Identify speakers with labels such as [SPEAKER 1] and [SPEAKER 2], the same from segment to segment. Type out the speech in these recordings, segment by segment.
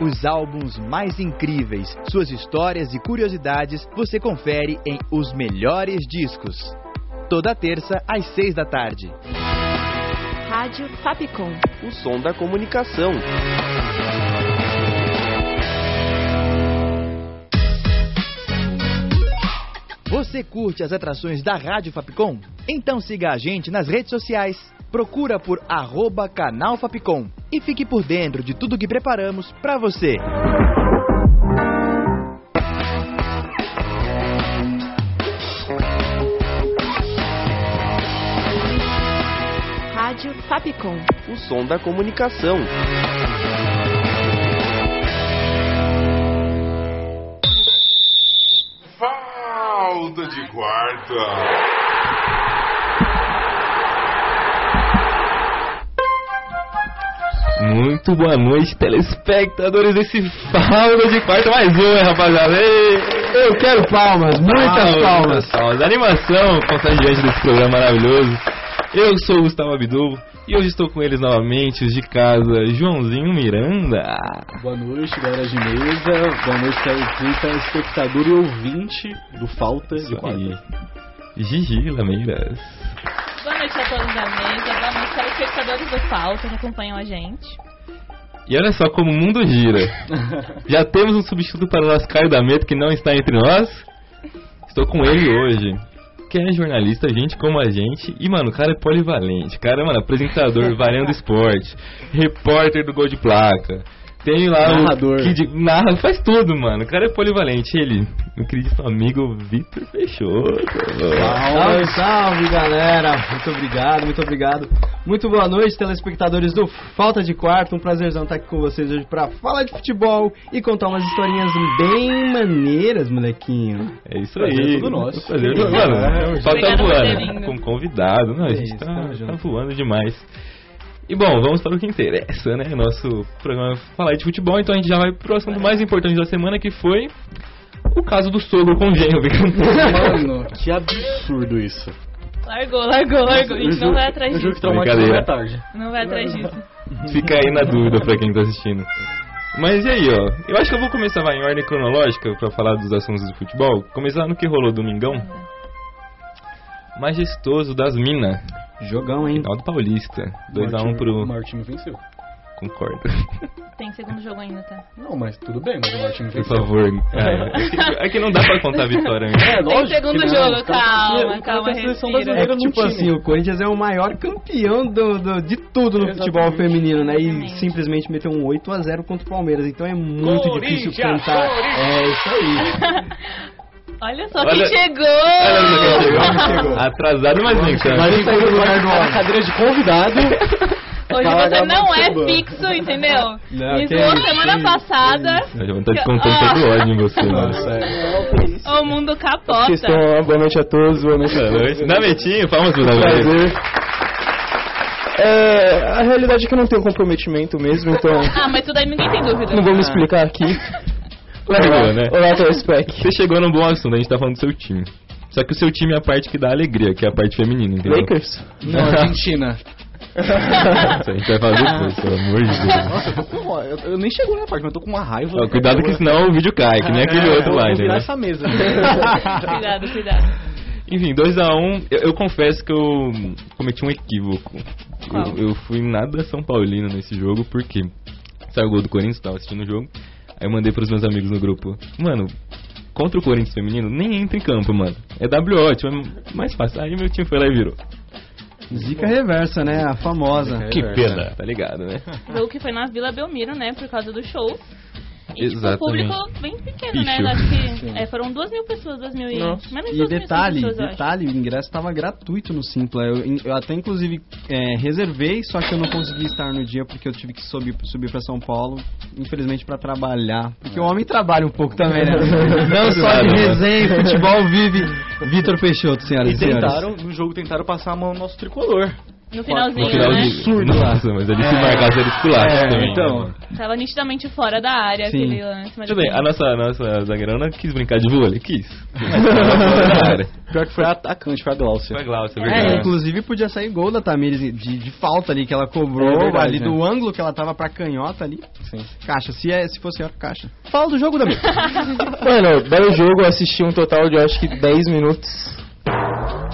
[SPEAKER 1] Os álbuns mais incríveis, suas histórias e curiosidades você confere em Os Melhores Discos. Toda terça às seis da tarde.
[SPEAKER 2] Rádio Fapcom.
[SPEAKER 3] O som da comunicação.
[SPEAKER 1] Você curte as atrações da Rádio Fapcom? Então siga a gente nas redes sociais. Procura por arroba canal Fapcom e fique por dentro de tudo que preparamos para você.
[SPEAKER 2] Rádio Fapcom.
[SPEAKER 3] O som da comunicação.
[SPEAKER 4] Falta de quarta.
[SPEAKER 5] Muito boa noite, telespectadores desse Fauna de Quarta. Mais um, hein, rapaziada. Ei,
[SPEAKER 6] Eu quero palmas, muitas palmas.
[SPEAKER 5] palmas. Animação contagiante desse programa maravilhoso. Eu sou o Gustavo Abdul e hoje estou com eles novamente, os de casa, Joãozinho Miranda.
[SPEAKER 7] Boa noite, galera de mesa. Boa noite, telespectador espectador e ouvinte do Falta de Quadro.
[SPEAKER 5] E Gigi Lameiras.
[SPEAKER 2] Boa noite a todos da mesa. Boa noite aos espectadores do Falta que acompanham a gente.
[SPEAKER 5] E olha só como o mundo gira. Já temos um substituto para o nosso Caio D'Ameto que não está entre nós. Estou com ele hoje. Que é jornalista, gente como a gente. E, mano, o cara é polivalente. O Cara, é, mano, apresentador, valendo esporte. Repórter do Gol de Placa. Tem lá
[SPEAKER 7] Narrador.
[SPEAKER 5] o Kid, narra, faz tudo, mano. O cara é polivalente. Ele, meu querido amigo Vitor Peixoto.
[SPEAKER 6] Salve, salve galera! Muito obrigado, muito obrigado. Muito boa noite, telespectadores do Falta de Quarto. Um prazerzão estar aqui com vocês hoje pra falar de futebol e contar umas historinhas bem maneiras, molequinho.
[SPEAKER 5] É isso
[SPEAKER 7] Prazer
[SPEAKER 5] aí.
[SPEAKER 7] é todo nosso.
[SPEAKER 5] Prazer é todo- Mano, o papo tá
[SPEAKER 2] Obrigado por ter
[SPEAKER 5] voando.
[SPEAKER 2] vindo.
[SPEAKER 5] Com convidado. Não, a
[SPEAKER 6] É
[SPEAKER 5] gente
[SPEAKER 6] isso,
[SPEAKER 5] tá,
[SPEAKER 6] tamo junto.
[SPEAKER 5] tá voando demais. E bom, vamos para o que interessa, né? Nosso programa é falar de futebol, então a gente já vai pro assunto mais importante da semana, que foi o caso do sogro com um o genro.
[SPEAKER 7] Mano, que absurdo isso.
[SPEAKER 2] Largou, largou, largou. A gente não vai Então é atrás
[SPEAKER 7] Eu juro que tá
[SPEAKER 2] disso.
[SPEAKER 7] traumatizou
[SPEAKER 5] Brincadeira.
[SPEAKER 7] minha tarde.
[SPEAKER 2] Não vai atrás disso.
[SPEAKER 5] Fica aí na dúvida pra quem tá assistindo. Mas e aí, ó? Eu acho que eu vou começar vai, em ordem cronológica pra falar dos assuntos do futebol. Começar no que rolou domingão. Majestoso das Minas,
[SPEAKER 6] Jogão, hein? um
[SPEAKER 5] final do Paulista. 2x1
[SPEAKER 7] Então, Martinho-
[SPEAKER 5] pro.
[SPEAKER 7] O Martinho venceu.
[SPEAKER 5] Concordo.
[SPEAKER 2] Tem segundo jogo ainda, tá?
[SPEAKER 7] Não, mas tudo bem, mas o Martinho
[SPEAKER 5] Por
[SPEAKER 7] venceu.
[SPEAKER 5] favor. Ah, é, que, é que não dá pra contar a vitória. né?
[SPEAKER 7] É, lógico que
[SPEAKER 2] segundo
[SPEAKER 7] não,
[SPEAKER 2] Tá jogo,
[SPEAKER 7] os caras-
[SPEAKER 2] calma,
[SPEAKER 7] o cara
[SPEAKER 2] calma,
[SPEAKER 7] tem então, a seleção
[SPEAKER 2] respira.
[SPEAKER 6] É
[SPEAKER 7] brasileira
[SPEAKER 6] que,
[SPEAKER 7] num
[SPEAKER 6] tipo
[SPEAKER 7] time.
[SPEAKER 6] assim, o Corinthians é o maior campeão do, do- de tudo no futebol
[SPEAKER 7] Exatamente.
[SPEAKER 6] feminino, né? E
[SPEAKER 2] Exatamente.
[SPEAKER 6] simplesmente meteu um 8x0 contra o Palmeiras. Então é muito difícil contar. É isso aí.
[SPEAKER 2] Olha só
[SPEAKER 5] Olha-
[SPEAKER 2] quem chegou!
[SPEAKER 5] Olha só quem
[SPEAKER 6] Quem
[SPEAKER 5] chegou.
[SPEAKER 6] chegou.
[SPEAKER 5] Atrasado, mas nem
[SPEAKER 6] Mas
[SPEAKER 5] tanto.
[SPEAKER 6] ele saiu do lugar do
[SPEAKER 7] Na
[SPEAKER 6] homem.
[SPEAKER 7] cadeira de convidado.
[SPEAKER 2] Hoje
[SPEAKER 7] Fala,
[SPEAKER 2] você não é
[SPEAKER 7] Gabriel.
[SPEAKER 2] fixo, entendeu?
[SPEAKER 6] Não,
[SPEAKER 2] Me
[SPEAKER 6] que
[SPEAKER 2] zoou
[SPEAKER 6] isso,
[SPEAKER 2] semana
[SPEAKER 6] que isso,
[SPEAKER 2] passada.
[SPEAKER 5] Eu já vou estar descontando todo o ódio em você, né? mano.
[SPEAKER 7] Nossa, é.
[SPEAKER 2] O mundo capota.
[SPEAKER 7] Boa noite a todos, boa noite
[SPEAKER 5] Boa noite. Dá metinho, palmas pro Davi.
[SPEAKER 7] Prazer. É, a realidade é que eu não tenho comprometimento mesmo, então
[SPEAKER 2] Ah, mas tudo aí ninguém tem dúvida.
[SPEAKER 7] não vou me explicar aqui.
[SPEAKER 5] Largou, né?
[SPEAKER 7] Olá, Telespec.
[SPEAKER 5] Você chegou num bom assunto, a gente tá falando do seu time. Só que o seu time é a parte que dá alegria, que é a parte feminina, entendeu?
[SPEAKER 7] Lakers?
[SPEAKER 5] Não,
[SPEAKER 7] Argentina.
[SPEAKER 5] Isso a gente vai fazer depois, pelo amor de Deus.
[SPEAKER 7] eu, eu nem chegou na parte, mas eu tô com uma raiva.
[SPEAKER 5] Ó, cuidado que senão o vídeo cai, que nem aquele
[SPEAKER 1] É,
[SPEAKER 5] outro né?
[SPEAKER 7] Vou
[SPEAKER 5] lá,
[SPEAKER 7] virar
[SPEAKER 5] entendeu?
[SPEAKER 7] essa mesa. né?
[SPEAKER 2] Cuidado, cuidado.
[SPEAKER 5] Enfim, 2x1, eu, eu confesso que eu cometi um equívoco.
[SPEAKER 2] Qual?
[SPEAKER 5] Eu, eu fui nada São Paulino nesse jogo, porque saiu o gol do Corinthians, tava assistindo o jogo. Aí eu mandei pros meus amigos no grupo, mano, contra o Corinthians feminino, nem entra em campo, mano. É WO, tipo, é mais fácil. Aí meu time foi lá e virou.
[SPEAKER 6] Zica reversa, né? A famosa.
[SPEAKER 5] Que pena. Tá ligado, né?
[SPEAKER 2] jogo que foi na Vila Belmiro, né? Por causa do show. E tipo, o
[SPEAKER 5] Exatamente.
[SPEAKER 2] público bem pequeno,
[SPEAKER 5] Picho.
[SPEAKER 2] né? Acho que é, foram duas mil pessoas, duas mil e. Menos duas
[SPEAKER 6] E
[SPEAKER 2] mil
[SPEAKER 6] detalhe,
[SPEAKER 2] pessoas, eu acho.
[SPEAKER 6] detalhe, o ingresso estava gratuito no Simpla. Eu, eu até inclusive é, reservei, só que eu não consegui estar no dia porque eu tive que subir, subir para São Paulo, infelizmente para trabalhar. Porque o homem trabalha um pouco também, né? Não só de
[SPEAKER 4] né?
[SPEAKER 6] resenha, e futebol vive Vitor Peixoto, senhoras e,
[SPEAKER 7] E
[SPEAKER 6] senhores.
[SPEAKER 7] tentaram, no jogo tentaram passar a mão no nosso tricolor.
[SPEAKER 2] No finalzinho,
[SPEAKER 5] No final
[SPEAKER 2] né?
[SPEAKER 5] de... Nossa, mas ele se
[SPEAKER 4] É.
[SPEAKER 5] marcasse ele esculacha
[SPEAKER 4] É,
[SPEAKER 5] também.
[SPEAKER 4] então.
[SPEAKER 2] Tava nitidamente fora da área
[SPEAKER 8] Sim.
[SPEAKER 2] aquele lance. Mas
[SPEAKER 5] Tudo bem,
[SPEAKER 2] assim,
[SPEAKER 5] a nossa, a nossa zagueirona quis brincar de vôlei, quis. Mas ela não foi na área.
[SPEAKER 4] então. Pior que foi a atacante, foi a Glaucia.
[SPEAKER 5] Foi a Glaucia, é
[SPEAKER 8] É,
[SPEAKER 5] verdade.
[SPEAKER 8] inclusive podia sair gol da Tamires de, de falta ali que ela cobrou,
[SPEAKER 4] É verdade,
[SPEAKER 8] ali
[SPEAKER 4] né?
[SPEAKER 8] do ângulo que ela tava pra canhota ali.
[SPEAKER 4] Sim.
[SPEAKER 8] Caixa, se, é, se fosse a caixa. Fala do jogo também.
[SPEAKER 6] Mano, belo jogo, eu assisti um total de eu acho que 10 minutos.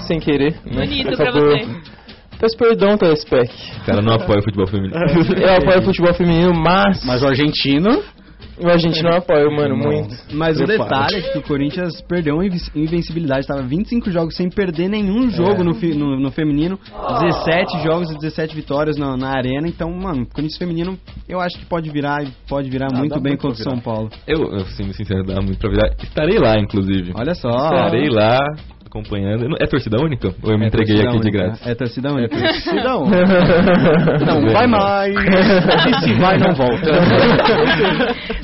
[SPEAKER 6] Sem querer. Né?
[SPEAKER 2] Bonito
[SPEAKER 6] Por
[SPEAKER 2] pra
[SPEAKER 6] favor.
[SPEAKER 2] você.
[SPEAKER 6] Peço perdão, Telespec.
[SPEAKER 5] O cara não apoia o futebol feminino.
[SPEAKER 6] Eu apoio o futebol feminino, mas.
[SPEAKER 4] Mas o argentino.
[SPEAKER 6] A gente não apoia, mano, muito.
[SPEAKER 8] Mas o
[SPEAKER 6] Prepara.
[SPEAKER 8] detalhe é que o Corinthians perdeu a invis- invencibilidade, tava 25 jogos sem perder nenhum jogo no, fi- no- no feminino, 17 jogos e 17 vitórias na, na arena, então, mano, o Corinthians feminino eu acho que pode virar, e pode virar
[SPEAKER 4] Ah,
[SPEAKER 8] muito
[SPEAKER 4] dá
[SPEAKER 8] bem
[SPEAKER 4] muito
[SPEAKER 8] contra o
[SPEAKER 4] pra
[SPEAKER 8] São Paulo.
[SPEAKER 5] Eu, eu sim, sincero, dá muito pra virar. Estarei lá, inclusive.
[SPEAKER 8] Olha só.
[SPEAKER 5] Estarei lá, acompanhando. Eu não- É torcida única? Ou eu me
[SPEAKER 8] É
[SPEAKER 5] entreguei
[SPEAKER 8] torcida
[SPEAKER 5] aqui de
[SPEAKER 8] única,
[SPEAKER 5] graça?
[SPEAKER 8] É torcida única.
[SPEAKER 4] Não.
[SPEAKER 5] Tá
[SPEAKER 4] Não, vai mais. E se vai, não volta.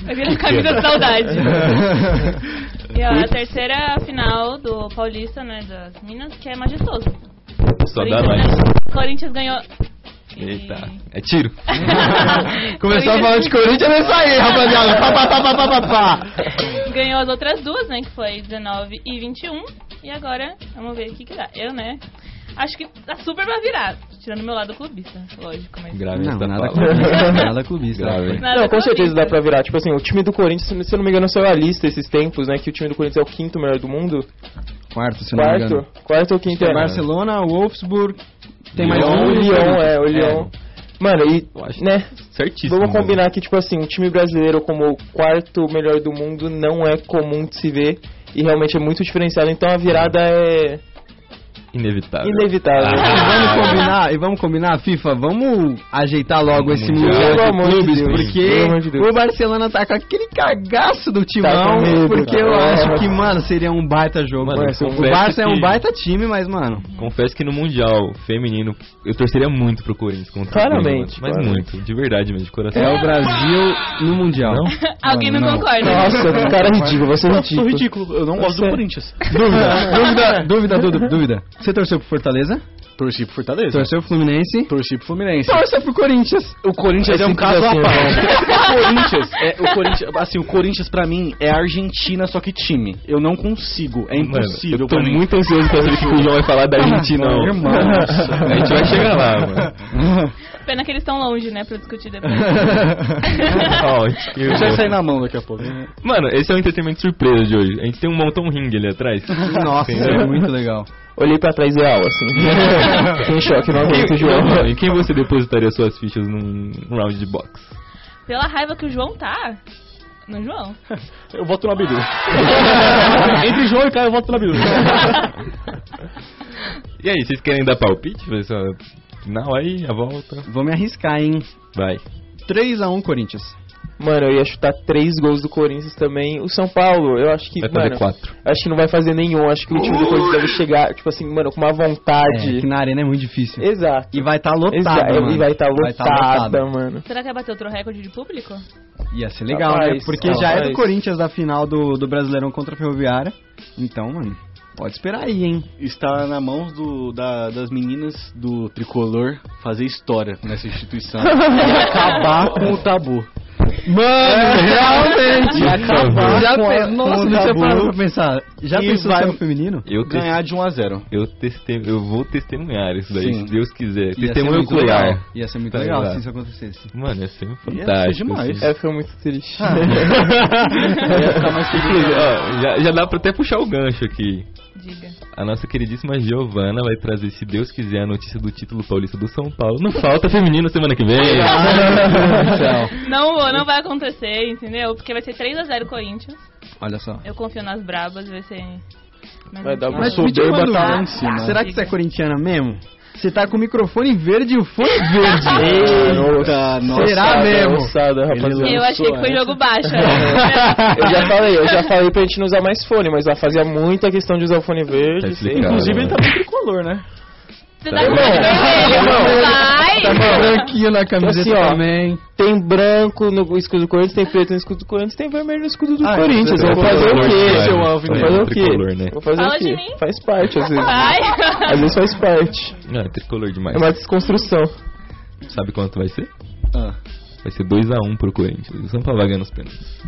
[SPEAKER 2] Vai virar camisa de saudade. e ó, a terceira final do Paulista, né, das Minas, que é majestoso.
[SPEAKER 5] Só dá
[SPEAKER 2] Corinthians,
[SPEAKER 5] nós.
[SPEAKER 2] né? Corinthians ganhou.
[SPEAKER 5] Eita, é tiro.
[SPEAKER 8] Começou a falar de Corinthians, é isso aí, rapaziada. Pá, pá, pá, pá, pá, pá, pá.
[SPEAKER 2] Ganhou as outras duas, né? Que foi 19 e 21. E agora, vamos ver o que, que dá. Eu, né? Acho que tá super pra virar. Tirando meu lado clubista, lógico, mas.
[SPEAKER 5] Grave
[SPEAKER 8] Não,
[SPEAKER 5] essa
[SPEAKER 8] nada
[SPEAKER 5] fala.
[SPEAKER 8] clubista, nada clubista.
[SPEAKER 5] Grave. hein?
[SPEAKER 2] Nada
[SPEAKER 6] Não, com certeza
[SPEAKER 2] clubista.
[SPEAKER 6] dá pra virar. Tipo assim, o time do Corinthians, se eu não me engano, saiu a lista esses tempos, né? Que o time do Corinthians é o quinto melhor do mundo.
[SPEAKER 8] Quarto, se eu não me
[SPEAKER 6] Quarto?
[SPEAKER 8] engano.
[SPEAKER 6] Quarto ou quinto?
[SPEAKER 8] Tem
[SPEAKER 6] É.
[SPEAKER 8] Barcelona, Wolfsburg, tem mais
[SPEAKER 5] Lyon,
[SPEAKER 8] um.
[SPEAKER 6] O
[SPEAKER 8] e
[SPEAKER 6] Lyon, é, o
[SPEAKER 5] É.
[SPEAKER 6] Lyon. Mano, e,
[SPEAKER 5] Eu acho
[SPEAKER 6] né?
[SPEAKER 5] É, Certíssimo.
[SPEAKER 6] Vamos
[SPEAKER 5] mano.
[SPEAKER 6] combinar que, tipo assim, um time brasileiro como o quarto melhor do mundo não é comum de se ver e realmente é muito diferenciado, então a virada é
[SPEAKER 5] Inevitável.
[SPEAKER 6] inevitável.
[SPEAKER 5] Ah,
[SPEAKER 8] Vamos combinar, e vamos combinar, FIFA, vamos ajeitar logo esse
[SPEAKER 5] Mundial.
[SPEAKER 8] mundial
[SPEAKER 6] Pelo
[SPEAKER 8] de
[SPEAKER 6] amor de
[SPEAKER 8] clubes,
[SPEAKER 6] Deus, pelo amor de
[SPEAKER 8] porque
[SPEAKER 6] Deus.
[SPEAKER 8] o Barcelona tá com aquele cagaço do timão,
[SPEAKER 6] com medo,
[SPEAKER 8] porque eu
[SPEAKER 6] cara.
[SPEAKER 8] acho que, mano, seria um baita jogo.
[SPEAKER 5] Mano, eu
[SPEAKER 8] o
[SPEAKER 5] confesso
[SPEAKER 8] Barça é um
[SPEAKER 5] que-
[SPEAKER 8] baita time, mas, mano,
[SPEAKER 5] Confesso que no Mundial feminino eu torceria muito pro Corinthians. contra o
[SPEAKER 6] Claramente,
[SPEAKER 5] Corinthians, Mas
[SPEAKER 6] claramente.
[SPEAKER 5] muito, de verdade mesmo, de coração.
[SPEAKER 8] é o Brasil no mundial.
[SPEAKER 5] Não?
[SPEAKER 2] Alguém não,
[SPEAKER 8] Não, não.
[SPEAKER 2] concorda.
[SPEAKER 6] Nossa, o cara é ridículo, você é
[SPEAKER 4] Eu sou
[SPEAKER 6] ridículo.
[SPEAKER 4] ridículo, eu não gosto do
[SPEAKER 6] Sério.
[SPEAKER 4] Corinthians.
[SPEAKER 8] tipo- Dúvida, dúvida, dúvida, dúvida. Você torceu pro Fortaleza?
[SPEAKER 4] Torci pro Fortaleza.
[SPEAKER 8] Torceu pro Fluminense?
[SPEAKER 4] Torci pro Fluminense.
[SPEAKER 8] Torça pro Corinthians.
[SPEAKER 4] O Corinthians
[SPEAKER 6] É
[SPEAKER 4] é, um
[SPEAKER 6] simples
[SPEAKER 4] caso
[SPEAKER 6] assim,
[SPEAKER 4] à parte.
[SPEAKER 6] né?
[SPEAKER 4] o Corinthians, é, o Corinthians, assim, o Corinthians pra mim é a Argentina, só que time. Eu não consigo, é
[SPEAKER 5] Mano,
[SPEAKER 4] impossível.
[SPEAKER 5] eu tô
[SPEAKER 4] pra mim.
[SPEAKER 5] muito ansioso pra saber o que o João vai falar da Argentina.
[SPEAKER 4] Mano,
[SPEAKER 5] não.
[SPEAKER 4] irmão.
[SPEAKER 5] A gente vai chegar lá, mano.
[SPEAKER 2] Pena que eles estão longe, né, pra discutir depois.
[SPEAKER 5] Ó, que-
[SPEAKER 4] Isso vai sair na mão daqui a pouco.
[SPEAKER 5] Mano, esse é o entretenimento surpresa de hoje. A gente tem um montão ring ali atrás.
[SPEAKER 8] Nossa, isso é muito legal.
[SPEAKER 6] Olhei pra trás real, assim. Fiquei em choque, não aguento o João.
[SPEAKER 5] João, em quem você depositaria suas fichas num round de boxe?
[SPEAKER 2] Pela raiva que o João tá. No João.
[SPEAKER 4] Eu voto no Abidu. Entre João e Caio, eu voto no Abidu.
[SPEAKER 5] E aí, vocês querem dar palpite? Vai só- Final aí, a volta.
[SPEAKER 8] Vou me arriscar, hein?
[SPEAKER 5] Vai.
[SPEAKER 8] 3x1 Corinthians.
[SPEAKER 6] Mano, eu ia chutar três gols do Corinthians também. O São Paulo, eu acho que.
[SPEAKER 5] Vai fazer
[SPEAKER 6] mano,
[SPEAKER 5] quatro.
[SPEAKER 6] Acho que não vai fazer nenhum. Acho que o time do Corinthians deve chegar, tipo assim, mano, com uma
[SPEAKER 8] É,
[SPEAKER 6] vontade.
[SPEAKER 8] que na arena é muito difícil.
[SPEAKER 6] Exato.
[SPEAKER 8] E vai estar tá lotada,
[SPEAKER 6] Exato.
[SPEAKER 4] é,
[SPEAKER 8] mano.
[SPEAKER 6] E é- vai estar
[SPEAKER 8] Vai tá
[SPEAKER 6] lotada,
[SPEAKER 8] lotada.
[SPEAKER 6] mano.
[SPEAKER 2] Será que vai bater outro recorde de público?
[SPEAKER 8] Ia ser legal, né?
[SPEAKER 6] Capaz,
[SPEAKER 8] Porque já é do
[SPEAKER 6] capaz.
[SPEAKER 8] Corinthians da final do, do Brasileirão contra a Ferroviária. Então, mano, pode esperar aí, hein?
[SPEAKER 4] Está na mão do, da- das meninas do tricolor fazer história nessa instituição.
[SPEAKER 8] Acabar
[SPEAKER 4] com o tabu.
[SPEAKER 8] Mano, realmente!
[SPEAKER 5] Vai acabar
[SPEAKER 8] já
[SPEAKER 4] com a-
[SPEAKER 8] pe...
[SPEAKER 4] É. com
[SPEAKER 8] Nossa,
[SPEAKER 4] o
[SPEAKER 8] deixa eu
[SPEAKER 4] tabu.
[SPEAKER 8] parar pra pensar. Já
[SPEAKER 4] E
[SPEAKER 8] pensou
[SPEAKER 4] vai-
[SPEAKER 8] ser um feminino?
[SPEAKER 5] Eu, tes-
[SPEAKER 4] Ganhar de 1 a 0
[SPEAKER 5] eu, testem... eu vou testemunhar isso daí,
[SPEAKER 4] Sim.
[SPEAKER 5] se Deus quiser.
[SPEAKER 8] Ia ser
[SPEAKER 5] Testemunho
[SPEAKER 8] muito legal.
[SPEAKER 5] ocular.
[SPEAKER 8] Ia ser muito
[SPEAKER 5] um Tá
[SPEAKER 8] legal
[SPEAKER 5] ligado?
[SPEAKER 8] se isso acontecesse.
[SPEAKER 5] Mano, é sempre
[SPEAKER 4] Ia ser
[SPEAKER 5] fantástico.
[SPEAKER 4] demais.
[SPEAKER 5] assim.
[SPEAKER 6] É, ficou muito triste.
[SPEAKER 8] Ah,
[SPEAKER 4] Ia ficar mais
[SPEAKER 5] Inclusive,
[SPEAKER 4] feliz.
[SPEAKER 5] ó, já, já dá pra até puxar o gancho aqui.
[SPEAKER 2] Diga.
[SPEAKER 5] A nossa queridíssima Giovana vai trazer, se Deus quiser, a notícia do título paulista do São Paulo. Não falta feminino semana que vem. Ah,
[SPEAKER 2] Não, vou, não vai acontecer, entendeu? Porque vai ser 3x0 Corinthians.
[SPEAKER 8] Olha só.
[SPEAKER 2] Eu confio nas brabas, vai ser. um
[SPEAKER 6] Vai dar
[SPEAKER 8] Mas
[SPEAKER 6] Sou
[SPEAKER 8] me tira uma
[SPEAKER 6] bem
[SPEAKER 8] dúvida.
[SPEAKER 4] batalhante, né?
[SPEAKER 8] Será que você é corintiana mesmo? Você tá com o microfone verde e o fone verde.
[SPEAKER 4] Eita, nossa.
[SPEAKER 8] Será mesmo?
[SPEAKER 6] Ossada, rapaziada.
[SPEAKER 2] Eu achei que foi jogo baixo.
[SPEAKER 6] né?
[SPEAKER 2] né?
[SPEAKER 6] Eu já falei, eu já falei pra gente não usar mais fone, mas ela fazia muita questão de usar o fone
[SPEAKER 5] Tá
[SPEAKER 6] verde. sei lá.
[SPEAKER 5] explicado.
[SPEAKER 4] Inclusive ele tá bem tricolor, né?
[SPEAKER 2] Você dá com
[SPEAKER 6] tá
[SPEAKER 2] vermelho. Vai.
[SPEAKER 8] Branquinho na camiseta
[SPEAKER 6] Então, assim, ó,
[SPEAKER 8] também.
[SPEAKER 6] Tem branco no escudo do Corinthians, tem preto no escudo do Corinthians, tem vermelho no escudo do
[SPEAKER 8] é,
[SPEAKER 4] Ah,
[SPEAKER 6] Corintricolor, Corinthians. Vou fazer o
[SPEAKER 5] né?
[SPEAKER 6] quê?
[SPEAKER 4] Seu
[SPEAKER 6] Vou
[SPEAKER 4] alvinegro,
[SPEAKER 6] fazer o
[SPEAKER 5] tricolor, né?
[SPEAKER 6] quê? Vou fazer
[SPEAKER 2] Fala
[SPEAKER 6] o
[SPEAKER 2] de
[SPEAKER 6] quê?
[SPEAKER 2] mim.
[SPEAKER 6] Faz parte, às vezes. Às
[SPEAKER 2] Vai.
[SPEAKER 6] vezes faz parte.
[SPEAKER 5] Não, é tricolor demais.
[SPEAKER 6] É uma desconstrução.
[SPEAKER 5] Sabe quanto vai ser?
[SPEAKER 4] Ah.
[SPEAKER 5] Vai ser 2x1 pro Corinthians. O Sampa vai ganhar nos pênaltis.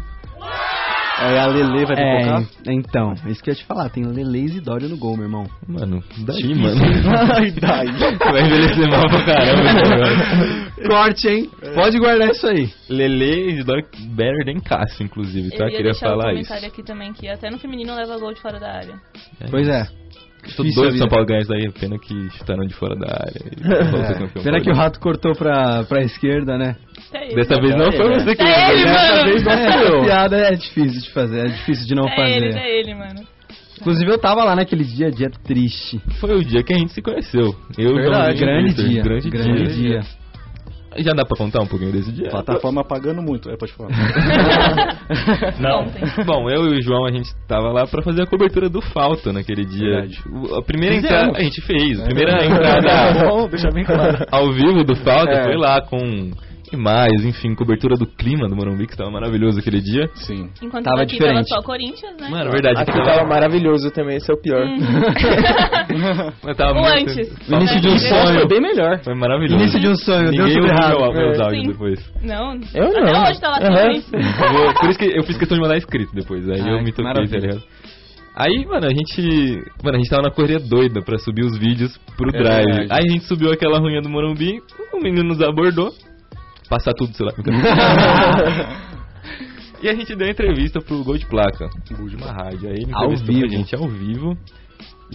[SPEAKER 4] Aí a Lele vai
[SPEAKER 8] É,
[SPEAKER 4] pipocar.
[SPEAKER 8] então, é isso que eu ia te falar. Tem Leleis e Dória no gol, meu irmão.
[SPEAKER 5] Mano, daí, mano.
[SPEAKER 4] Ai, daí.
[SPEAKER 5] vai envelhecer mal pra caramba. né,
[SPEAKER 6] né,
[SPEAKER 5] esse negócio.
[SPEAKER 8] Corte, hein? Pode guardar isso aí.
[SPEAKER 5] Lele e Dark Better than Cássio, inclusive, tá?
[SPEAKER 2] Eu ia
[SPEAKER 5] Queria
[SPEAKER 2] deixar um
[SPEAKER 5] falar isso.
[SPEAKER 2] comentário aqui também que até no feminino leva gol de fora da área.
[SPEAKER 8] Pois é.
[SPEAKER 5] Tô
[SPEAKER 8] Difícil a
[SPEAKER 5] doido
[SPEAKER 8] vida.
[SPEAKER 5] do São Paulo ganhar isso aí. Pena que chutaram de fora da área. E voltou a ser campeão
[SPEAKER 8] É. Pena que o
[SPEAKER 5] paulista.
[SPEAKER 8] rato cortou pra, pra esquerda, né?
[SPEAKER 2] Até ele.
[SPEAKER 5] Dessa vez não foi você que
[SPEAKER 2] É ele,
[SPEAKER 8] Dessa vez não
[SPEAKER 2] mano.
[SPEAKER 8] é, essa piada é difícil de fazer, é difícil de não
[SPEAKER 2] É ele,
[SPEAKER 8] fazer.
[SPEAKER 2] é ele, mano.
[SPEAKER 8] Inclusive eu tava lá naquele dia, dia triste.
[SPEAKER 5] Foi o dia que a gente se conheceu. Eu e o Joãozinho
[SPEAKER 8] grande
[SPEAKER 5] Vitor.
[SPEAKER 8] dia.
[SPEAKER 5] Grande, dia.
[SPEAKER 8] dia.
[SPEAKER 5] Já dá pra contar um pouquinho desse dia?
[SPEAKER 4] Plataforma pagando muito. É, pode falar.
[SPEAKER 5] Não.
[SPEAKER 2] Ontem.
[SPEAKER 5] Bom, eu e o João, a gente tava lá pra fazer a cobertura do Falta naquele dia.
[SPEAKER 4] Verdade.
[SPEAKER 5] O- A primeira
[SPEAKER 4] Fizemos.
[SPEAKER 5] entrada... A gente
[SPEAKER 8] É
[SPEAKER 5] fez. A primeira
[SPEAKER 4] Tá
[SPEAKER 5] entrada
[SPEAKER 4] bom, deixa bem claro.
[SPEAKER 5] ao vivo do Falta
[SPEAKER 4] É.
[SPEAKER 5] foi lá com... imagens, enfim, cobertura do clima do Morumbi, que estava maravilhoso aquele dia.
[SPEAKER 4] Sim.
[SPEAKER 2] Enquanto
[SPEAKER 8] Tava
[SPEAKER 2] daqui tava
[SPEAKER 8] diferente.
[SPEAKER 2] só o Corinthians, né? Hum.
[SPEAKER 5] Mano, verdade,
[SPEAKER 6] Aqui
[SPEAKER 5] que
[SPEAKER 6] tava maravilhoso também, esse é o pior.
[SPEAKER 4] Hum.
[SPEAKER 5] Eu tava
[SPEAKER 2] Ou
[SPEAKER 5] muito-
[SPEAKER 2] antes.
[SPEAKER 5] Nossa,
[SPEAKER 8] Início de um
[SPEAKER 2] Verdade.
[SPEAKER 8] sonho.
[SPEAKER 6] Foi bem melhor.
[SPEAKER 5] Foi maravilhoso.
[SPEAKER 8] Início de um sonho, deu
[SPEAKER 5] Ninguém
[SPEAKER 8] tudo
[SPEAKER 5] ouviu
[SPEAKER 8] errado.
[SPEAKER 5] a- meus
[SPEAKER 6] É.
[SPEAKER 5] áudios
[SPEAKER 2] Sim.
[SPEAKER 5] depois.
[SPEAKER 2] Não.
[SPEAKER 6] Eu não.
[SPEAKER 2] Até hoje tá lá
[SPEAKER 6] Aham.
[SPEAKER 2] também.
[SPEAKER 5] Eu vou- por isso que eu fiz questão de mandar escrito depois. Aí
[SPEAKER 8] Ah,
[SPEAKER 5] eu me
[SPEAKER 8] que
[SPEAKER 5] toquei,
[SPEAKER 8] maravilha.
[SPEAKER 5] tá ligado? Aí, mano, a gente. Mano, a gente tava na correria doida pra subir os vídeos pro
[SPEAKER 4] É
[SPEAKER 5] drive.
[SPEAKER 4] verdade.
[SPEAKER 5] Aí a gente subiu aquela ruinha do Morumbi, o menino nos abordou. Passar tudo, sei lá. e a gente deu entrevista pro Gol de Placa. Gol de uma rádio. Aí ele
[SPEAKER 8] Ao
[SPEAKER 5] entrevistou
[SPEAKER 8] vivo.
[SPEAKER 5] a gente ao vivo.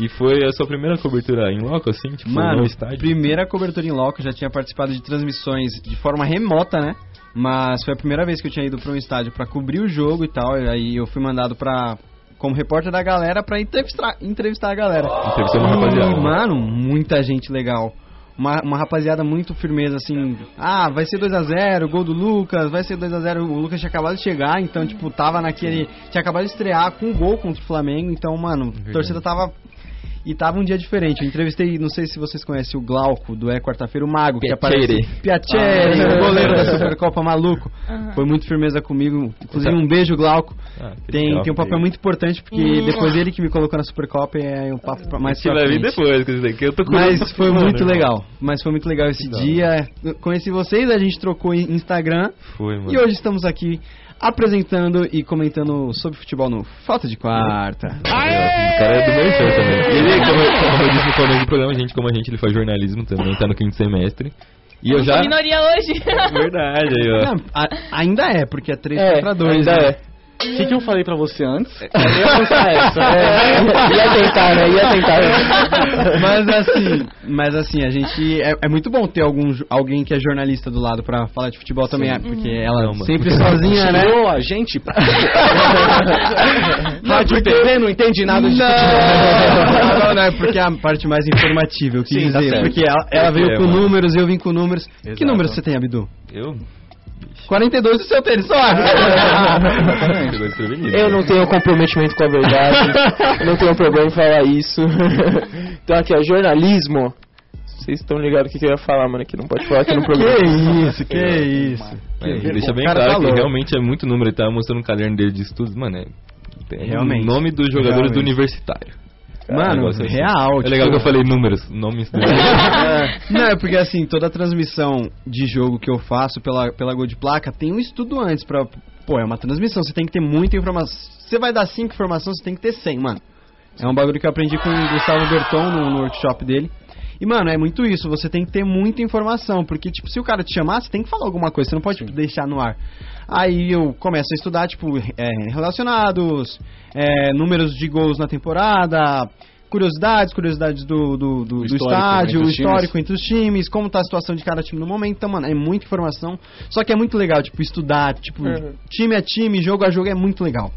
[SPEAKER 5] E foi a sua primeira cobertura em loco, assim? Tipo,
[SPEAKER 8] Mano,
[SPEAKER 5] no estádio?
[SPEAKER 8] primeira cobertura em loco, eu já tinha participado de transmissões de forma remota, né? Mas foi a primeira vez que eu tinha ido pra um estádio pra cobrir o jogo e tal, e aí eu fui mandado pra como repórter da galera pra entrevistar, entrevistar a galera.
[SPEAKER 5] Entrevistou uma rapaziada. né?
[SPEAKER 8] E, Mano, muita gente legal. Uma, uma rapaziada muito firmeza, assim. Ah, vai ser 2x0, gol do Lucas, vai ser 2x0. O Lucas tinha acabado de chegar, então, tipo, tava naquele. Tinha acabado de estrear com um gol contra o Flamengo, então, mano, a torcida tava. E tava um dia diferente. Eu entrevistei, não sei se vocês conhecem o Glauco do É Quarta-feira, o Mago, que
[SPEAKER 5] Piacere. Ah, é.
[SPEAKER 8] aparece. Piacere, o goleiro da Supercopa maluco. Foi muito firmeza comigo. Inclusive, um beijo, Glauco.
[SPEAKER 5] Ah, que
[SPEAKER 8] Tem,
[SPEAKER 5] legal.
[SPEAKER 8] tem um papel muito importante, porque
[SPEAKER 6] Uhum.
[SPEAKER 8] depois ele que me colocou na Supercopa e é um papo pra- mais
[SPEAKER 5] Esse
[SPEAKER 8] pra
[SPEAKER 5] vai vir
[SPEAKER 8] frente.
[SPEAKER 5] depois, quer dizer, que eu tô com
[SPEAKER 8] Mas foi
[SPEAKER 5] Mano, Então.
[SPEAKER 8] muito
[SPEAKER 5] irmão.
[SPEAKER 8] legal. Mas foi muito legal esse dia. Conheci vocês, a gente trocou em- Instagram
[SPEAKER 5] Foi, mano.
[SPEAKER 8] e hoje estamos aqui apresentando e comentando sobre futebol no Falta de Quarta.
[SPEAKER 5] O cara é do meu show também. E Ele, como, eu- como eu disse no começo do programa, gente, como a gente, ele faz jornalismo também, tá no quinto semestre. E eu já.
[SPEAKER 2] Minoria hoje.
[SPEAKER 5] Verdade, aí, ó.
[SPEAKER 8] Ah, Não, a- ainda é, porque é 3
[SPEAKER 6] É,
[SPEAKER 8] contra 2.
[SPEAKER 6] ainda
[SPEAKER 8] né?
[SPEAKER 6] é.
[SPEAKER 4] O que, que eu falei pra você antes?
[SPEAKER 6] É, ia tentar, né? Ia tentar.
[SPEAKER 8] Mas assim, mas assim, a gente. É, é muito bom ter algum, jo- alguém que é jornalista do lado pra falar de futebol também, é, porque ela
[SPEAKER 5] Não, mano.
[SPEAKER 8] sempre sozinha, né?
[SPEAKER 4] Tirou a gente pra... Rádio e TV não entende nada de
[SPEAKER 8] Não, não, não, é porque é a parte mais informativa, eu quis
[SPEAKER 4] Sim, tá
[SPEAKER 8] dizer.
[SPEAKER 4] certo.
[SPEAKER 8] porque ela, ela veio
[SPEAKER 5] É,
[SPEAKER 8] com
[SPEAKER 5] mano.
[SPEAKER 8] números, eu vim com números. Que
[SPEAKER 5] Exato.
[SPEAKER 8] número você tem, Abdu?
[SPEAKER 5] Eu?
[SPEAKER 8] 42 do seu tênis, só!
[SPEAKER 5] Chegou desprevenido.
[SPEAKER 6] Eu não tenho comprometimento com a verdade. não tenho problema em falar isso. então aqui, ó, jornalismo. Vocês estão ligados o que, que eu ia falar, mano, que não pode falar aqui no programa.
[SPEAKER 8] que isso, que isso.
[SPEAKER 5] Mas
[SPEAKER 8] Que
[SPEAKER 5] deixa
[SPEAKER 8] o
[SPEAKER 5] bem
[SPEAKER 8] cara tá
[SPEAKER 5] claro
[SPEAKER 8] falou.
[SPEAKER 5] que realmente é muito número. Ele tava mostrando o caderno dele de estudos, mano. É, tem
[SPEAKER 8] Realmente.
[SPEAKER 5] O nome dos jogadores
[SPEAKER 8] Realmente.
[SPEAKER 5] do universitário. Um
[SPEAKER 8] Mano,
[SPEAKER 5] negócio assim.
[SPEAKER 8] real.
[SPEAKER 5] É legal que
[SPEAKER 8] tipo-
[SPEAKER 5] eu falei números, nomes é do
[SPEAKER 8] Não, é porque assim, toda transmissão de jogo que eu faço pela, pela Gol de Placa tem um estudo antes pra. Pô, é uma transmissão, você tem que ter muita informação. Você vai dar 5 informações, você tem que ter 100, mano. É um bagulho que eu aprendi com o Gustavo Berton no, no workshop dele. E, mano, é muito isso, você tem que ter muita informação, porque, tipo, se o cara te chamar, você tem que falar alguma coisa, você não pode tipo, deixar no ar. Aí eu começo a estudar, tipo, é, relacionados, é, números de gols na temporada, curiosidades, curiosidades do, do, do- do
[SPEAKER 4] histórico entre
[SPEAKER 8] estádio, o
[SPEAKER 4] os times.
[SPEAKER 8] histórico entre os times, como tá a situação de cada time no momento. Então, mano, é muita informação. Só que é muito legal, tipo, estudar, tipo,
[SPEAKER 6] Uhum.
[SPEAKER 8] time a time, jogo a jogo, é muito legal.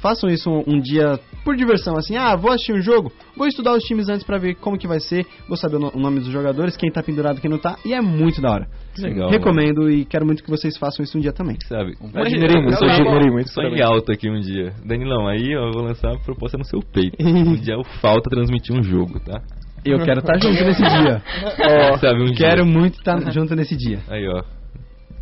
[SPEAKER 8] Façam isso um, um dia por diversão, assim, ah, vou assistir um jogo, vou estudar os times antes pra ver como que vai ser, vou saber o, no- o nome dos jogadores, quem tá pendurado, quem não tá, e é muito da hora.
[SPEAKER 5] Legal. mano.
[SPEAKER 8] Recomendo e quero muito que vocês façam isso um dia também.
[SPEAKER 5] sabe?
[SPEAKER 6] admirei muito, eu admirei muito,
[SPEAKER 5] Só em
[SPEAKER 6] parabéns.
[SPEAKER 5] alta aqui um dia. Danilão, aí eu vou lançar a proposta no seu peito. um dia o Falta transmitir um jogo, tá?
[SPEAKER 8] Eu quero estar junto nesse dia. Uhum.
[SPEAKER 5] Quem sabe um dia.
[SPEAKER 8] Quero muito estar junto nesse dia.
[SPEAKER 5] Aí, ó.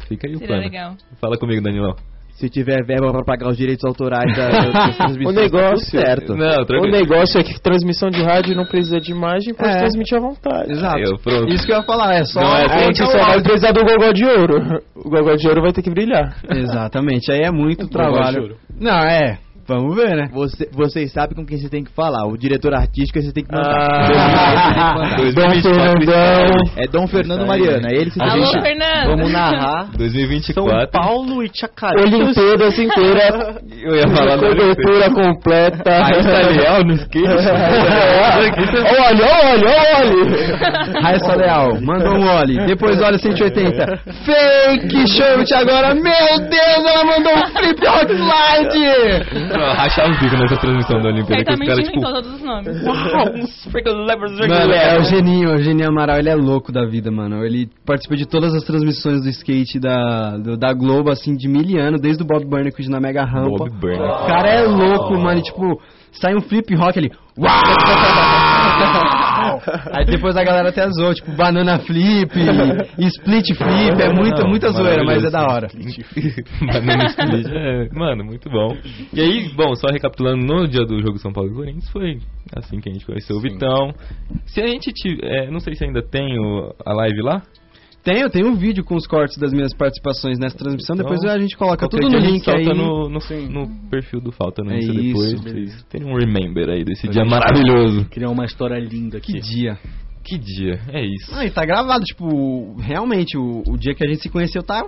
[SPEAKER 5] Fica aí o
[SPEAKER 2] Seria
[SPEAKER 5] plano.
[SPEAKER 2] legal.
[SPEAKER 5] Fala comigo, Danilão.
[SPEAKER 1] Se tiver verba pra pagar os direitos autorais da- das
[SPEAKER 6] O
[SPEAKER 1] transmissões, tá
[SPEAKER 6] negócio,
[SPEAKER 1] tudo certo.
[SPEAKER 5] Não,
[SPEAKER 6] o
[SPEAKER 5] tranquilo.
[SPEAKER 6] negócio é que transmissão de rádio não precisa de imagem, pode
[SPEAKER 8] É.
[SPEAKER 6] transmitir à vontade.
[SPEAKER 8] Exato.
[SPEAKER 5] Eu, pronto.
[SPEAKER 8] Isso que eu ia falar, é só.
[SPEAKER 5] Não, é
[SPEAKER 6] Então A gente
[SPEAKER 4] então
[SPEAKER 6] só vai precisar do gogó de ouro. O gogó de ouro vai ter que brilhar.
[SPEAKER 8] Exatamente, aí é muito trabalho.
[SPEAKER 4] juro.
[SPEAKER 8] Não, é. Vamos ver, né?
[SPEAKER 1] Você, vocês sabem com quem você tem que falar. O diretor artístico você tem que
[SPEAKER 8] Ah,
[SPEAKER 1] mandar.
[SPEAKER 6] Ah,
[SPEAKER 5] Dois
[SPEAKER 6] Dom
[SPEAKER 5] mil e quatro,
[SPEAKER 6] Fernandão.
[SPEAKER 1] É Dom
[SPEAKER 8] tá
[SPEAKER 1] Fernando
[SPEAKER 8] né?
[SPEAKER 1] Mariano, é ele que você tem
[SPEAKER 2] Alô,
[SPEAKER 1] que falar.
[SPEAKER 2] Fernando!
[SPEAKER 1] Vamos narrar.
[SPEAKER 5] 2024.
[SPEAKER 4] Paulo e Chacaré.
[SPEAKER 6] Olimpíadas assim, inteira.
[SPEAKER 5] Eu ia falar do Olimpíada.
[SPEAKER 6] Cobertura completa.
[SPEAKER 5] Aí tá leal no skate.
[SPEAKER 6] tá Olha, olha, olha.
[SPEAKER 8] Raíssa Leal, mandou um Oli. Depois olha 180. Fake shirt agora. Meu Deus, ela mandou um flip hot slide.
[SPEAKER 5] Não, Rachava o bico nessa transmissão da Olimpíada.
[SPEAKER 2] Aí
[SPEAKER 5] Que
[SPEAKER 2] tá
[SPEAKER 5] os caras,
[SPEAKER 2] mentindo em
[SPEAKER 5] tipo,
[SPEAKER 2] todos os nomes.
[SPEAKER 8] Mano, é o Geninho, o Geninho Amaral, ele é louco da vida, mano. Ele participa de todas as transmissões do skate da, do- da Globo, assim, de mil anos, desde o Bob Burnquist na Mega Rampa.
[SPEAKER 5] Bob Burner.
[SPEAKER 8] O cara é louco, mano. E, tipo, sai um flip rock ali. Uau! Aí depois a galera até zoou, tipo, banana flip, split flip, é muita, muita zoeira, mas é da hora.
[SPEAKER 5] Banana split. É, mano, muito bom. E aí, bom, só recapitulando, no dia do jogo São Paulo e Corinthians foi assim que a gente conheceu o Vitão. Se a gente tiver, é, não sei se ainda tem o- a live lá.
[SPEAKER 8] Tem, eu tenho um vídeo com os cortes das minhas participações nessa transmissão, depois
[SPEAKER 5] Então,
[SPEAKER 8] a gente coloca
[SPEAKER 5] Qualquer
[SPEAKER 8] Tá tudo no
[SPEAKER 5] dia a gente
[SPEAKER 8] link aí.
[SPEAKER 5] solta no, no, no perfil do Falta no
[SPEAKER 8] É
[SPEAKER 5] Insta
[SPEAKER 8] isso,
[SPEAKER 5] depois. Vocês terem um remember aí desse dia maravilhoso.
[SPEAKER 4] Criar uma história linda aqui.
[SPEAKER 8] Que dia.
[SPEAKER 5] Que dia, é isso.
[SPEAKER 8] Não, e tá gravado, tipo, realmente, o, o dia que a gente se conheceu tá.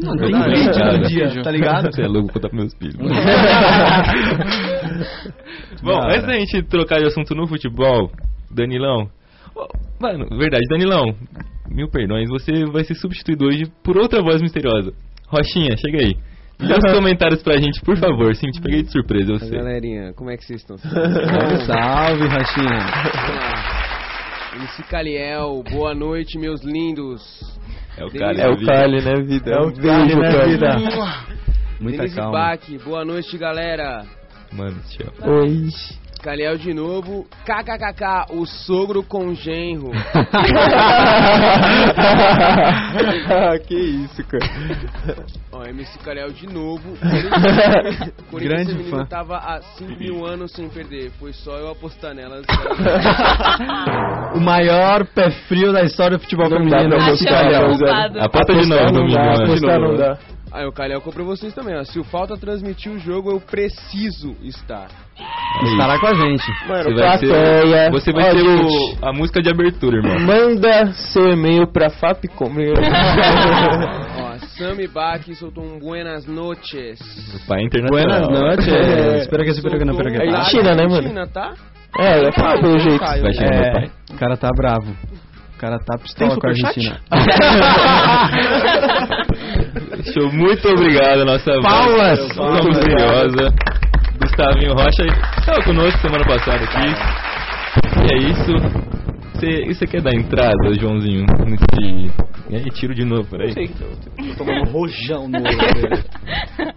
[SPEAKER 8] Não, tem
[SPEAKER 5] É Verdade,
[SPEAKER 8] vídeo
[SPEAKER 5] cara.
[SPEAKER 8] no dia, tá ligado?
[SPEAKER 5] Você é louco contar pros meus filhos. mano. Bom,
[SPEAKER 8] Cara.
[SPEAKER 5] antes da gente trocar de assunto no futebol, Danilão. Ô, Mano, verdade, Danilão, mil perdões, você vai ser substituído hoje por outra voz misteriosa. Roxinha, chega aí. Lê os comentários pra gente, por favor. Sim, te peguei de surpresa, eu sei.
[SPEAKER 9] Galerinha, como é que vocês estão?
[SPEAKER 8] Salve, salve, Rachinha.
[SPEAKER 9] MC Caliel, boa noite, meus lindos.
[SPEAKER 5] É o cara.
[SPEAKER 6] É o Kali, né, vida? É o Kali, né, vida?
[SPEAKER 8] Muita
[SPEAKER 9] Denise
[SPEAKER 8] calma.
[SPEAKER 9] Bach, boa noite, galera.
[SPEAKER 5] Mano, tchau.
[SPEAKER 6] Oi.
[SPEAKER 9] Caliel de novo. KKKK, o sogro com genro.
[SPEAKER 6] que isso, cara.
[SPEAKER 9] Ó, MC Caliel de novo. Corinthians
[SPEAKER 8] Grande
[SPEAKER 9] feminino
[SPEAKER 8] fã.
[SPEAKER 9] tava há 5 mil anos sem perder. Foi só eu apostar nelas.
[SPEAKER 8] O maior pé frio da história do futebol feminino.
[SPEAKER 6] pra
[SPEAKER 8] é o
[SPEAKER 6] mostrar,
[SPEAKER 8] Calhau.
[SPEAKER 6] não.
[SPEAKER 2] Achando culpado.
[SPEAKER 5] A
[SPEAKER 6] é
[SPEAKER 5] pata de novo,
[SPEAKER 6] não
[SPEAKER 5] domingo.
[SPEAKER 6] dá,
[SPEAKER 5] mano.
[SPEAKER 6] apostar não dá.
[SPEAKER 9] Aí o Caliel comprou vocês também, ó. Se o Falta transmitir o jogo, eu preciso estar.
[SPEAKER 8] Estará com a gente.
[SPEAKER 6] Mano,
[SPEAKER 5] é Você vai
[SPEAKER 6] plateia.
[SPEAKER 5] ser, você vai
[SPEAKER 6] Ó,
[SPEAKER 5] ser o-
[SPEAKER 6] gente,
[SPEAKER 5] a música de abertura, irmão.
[SPEAKER 6] Manda seu e-mail pra Fapcom.
[SPEAKER 9] Ó, Sammy Bach soltou um buenas noches.
[SPEAKER 5] Pai internacional.
[SPEAKER 8] Buenas
[SPEAKER 6] É.
[SPEAKER 8] noites. Espero que esse programa não
[SPEAKER 9] Soltou um
[SPEAKER 8] perca.
[SPEAKER 6] É
[SPEAKER 9] lá
[SPEAKER 6] China, né,
[SPEAKER 9] da
[SPEAKER 6] mano?
[SPEAKER 9] China, tá?
[SPEAKER 6] É, é pra pelo jeito.
[SPEAKER 5] Vai chegar
[SPEAKER 6] É.
[SPEAKER 5] meu pai.
[SPEAKER 8] O cara tá bravo. O cara tá pistola com a Argentina.
[SPEAKER 5] Show, muito obrigado, nossa
[SPEAKER 8] Palmas!
[SPEAKER 5] voz misteriosa. Gustavinho Rocha estava conosco semana passada aqui. E é isso. Você, e você quer dar entrada, Joãozinho, nesse. E aí, tiro de novo, peraí.
[SPEAKER 4] Tô tomando rojão no olho. velho.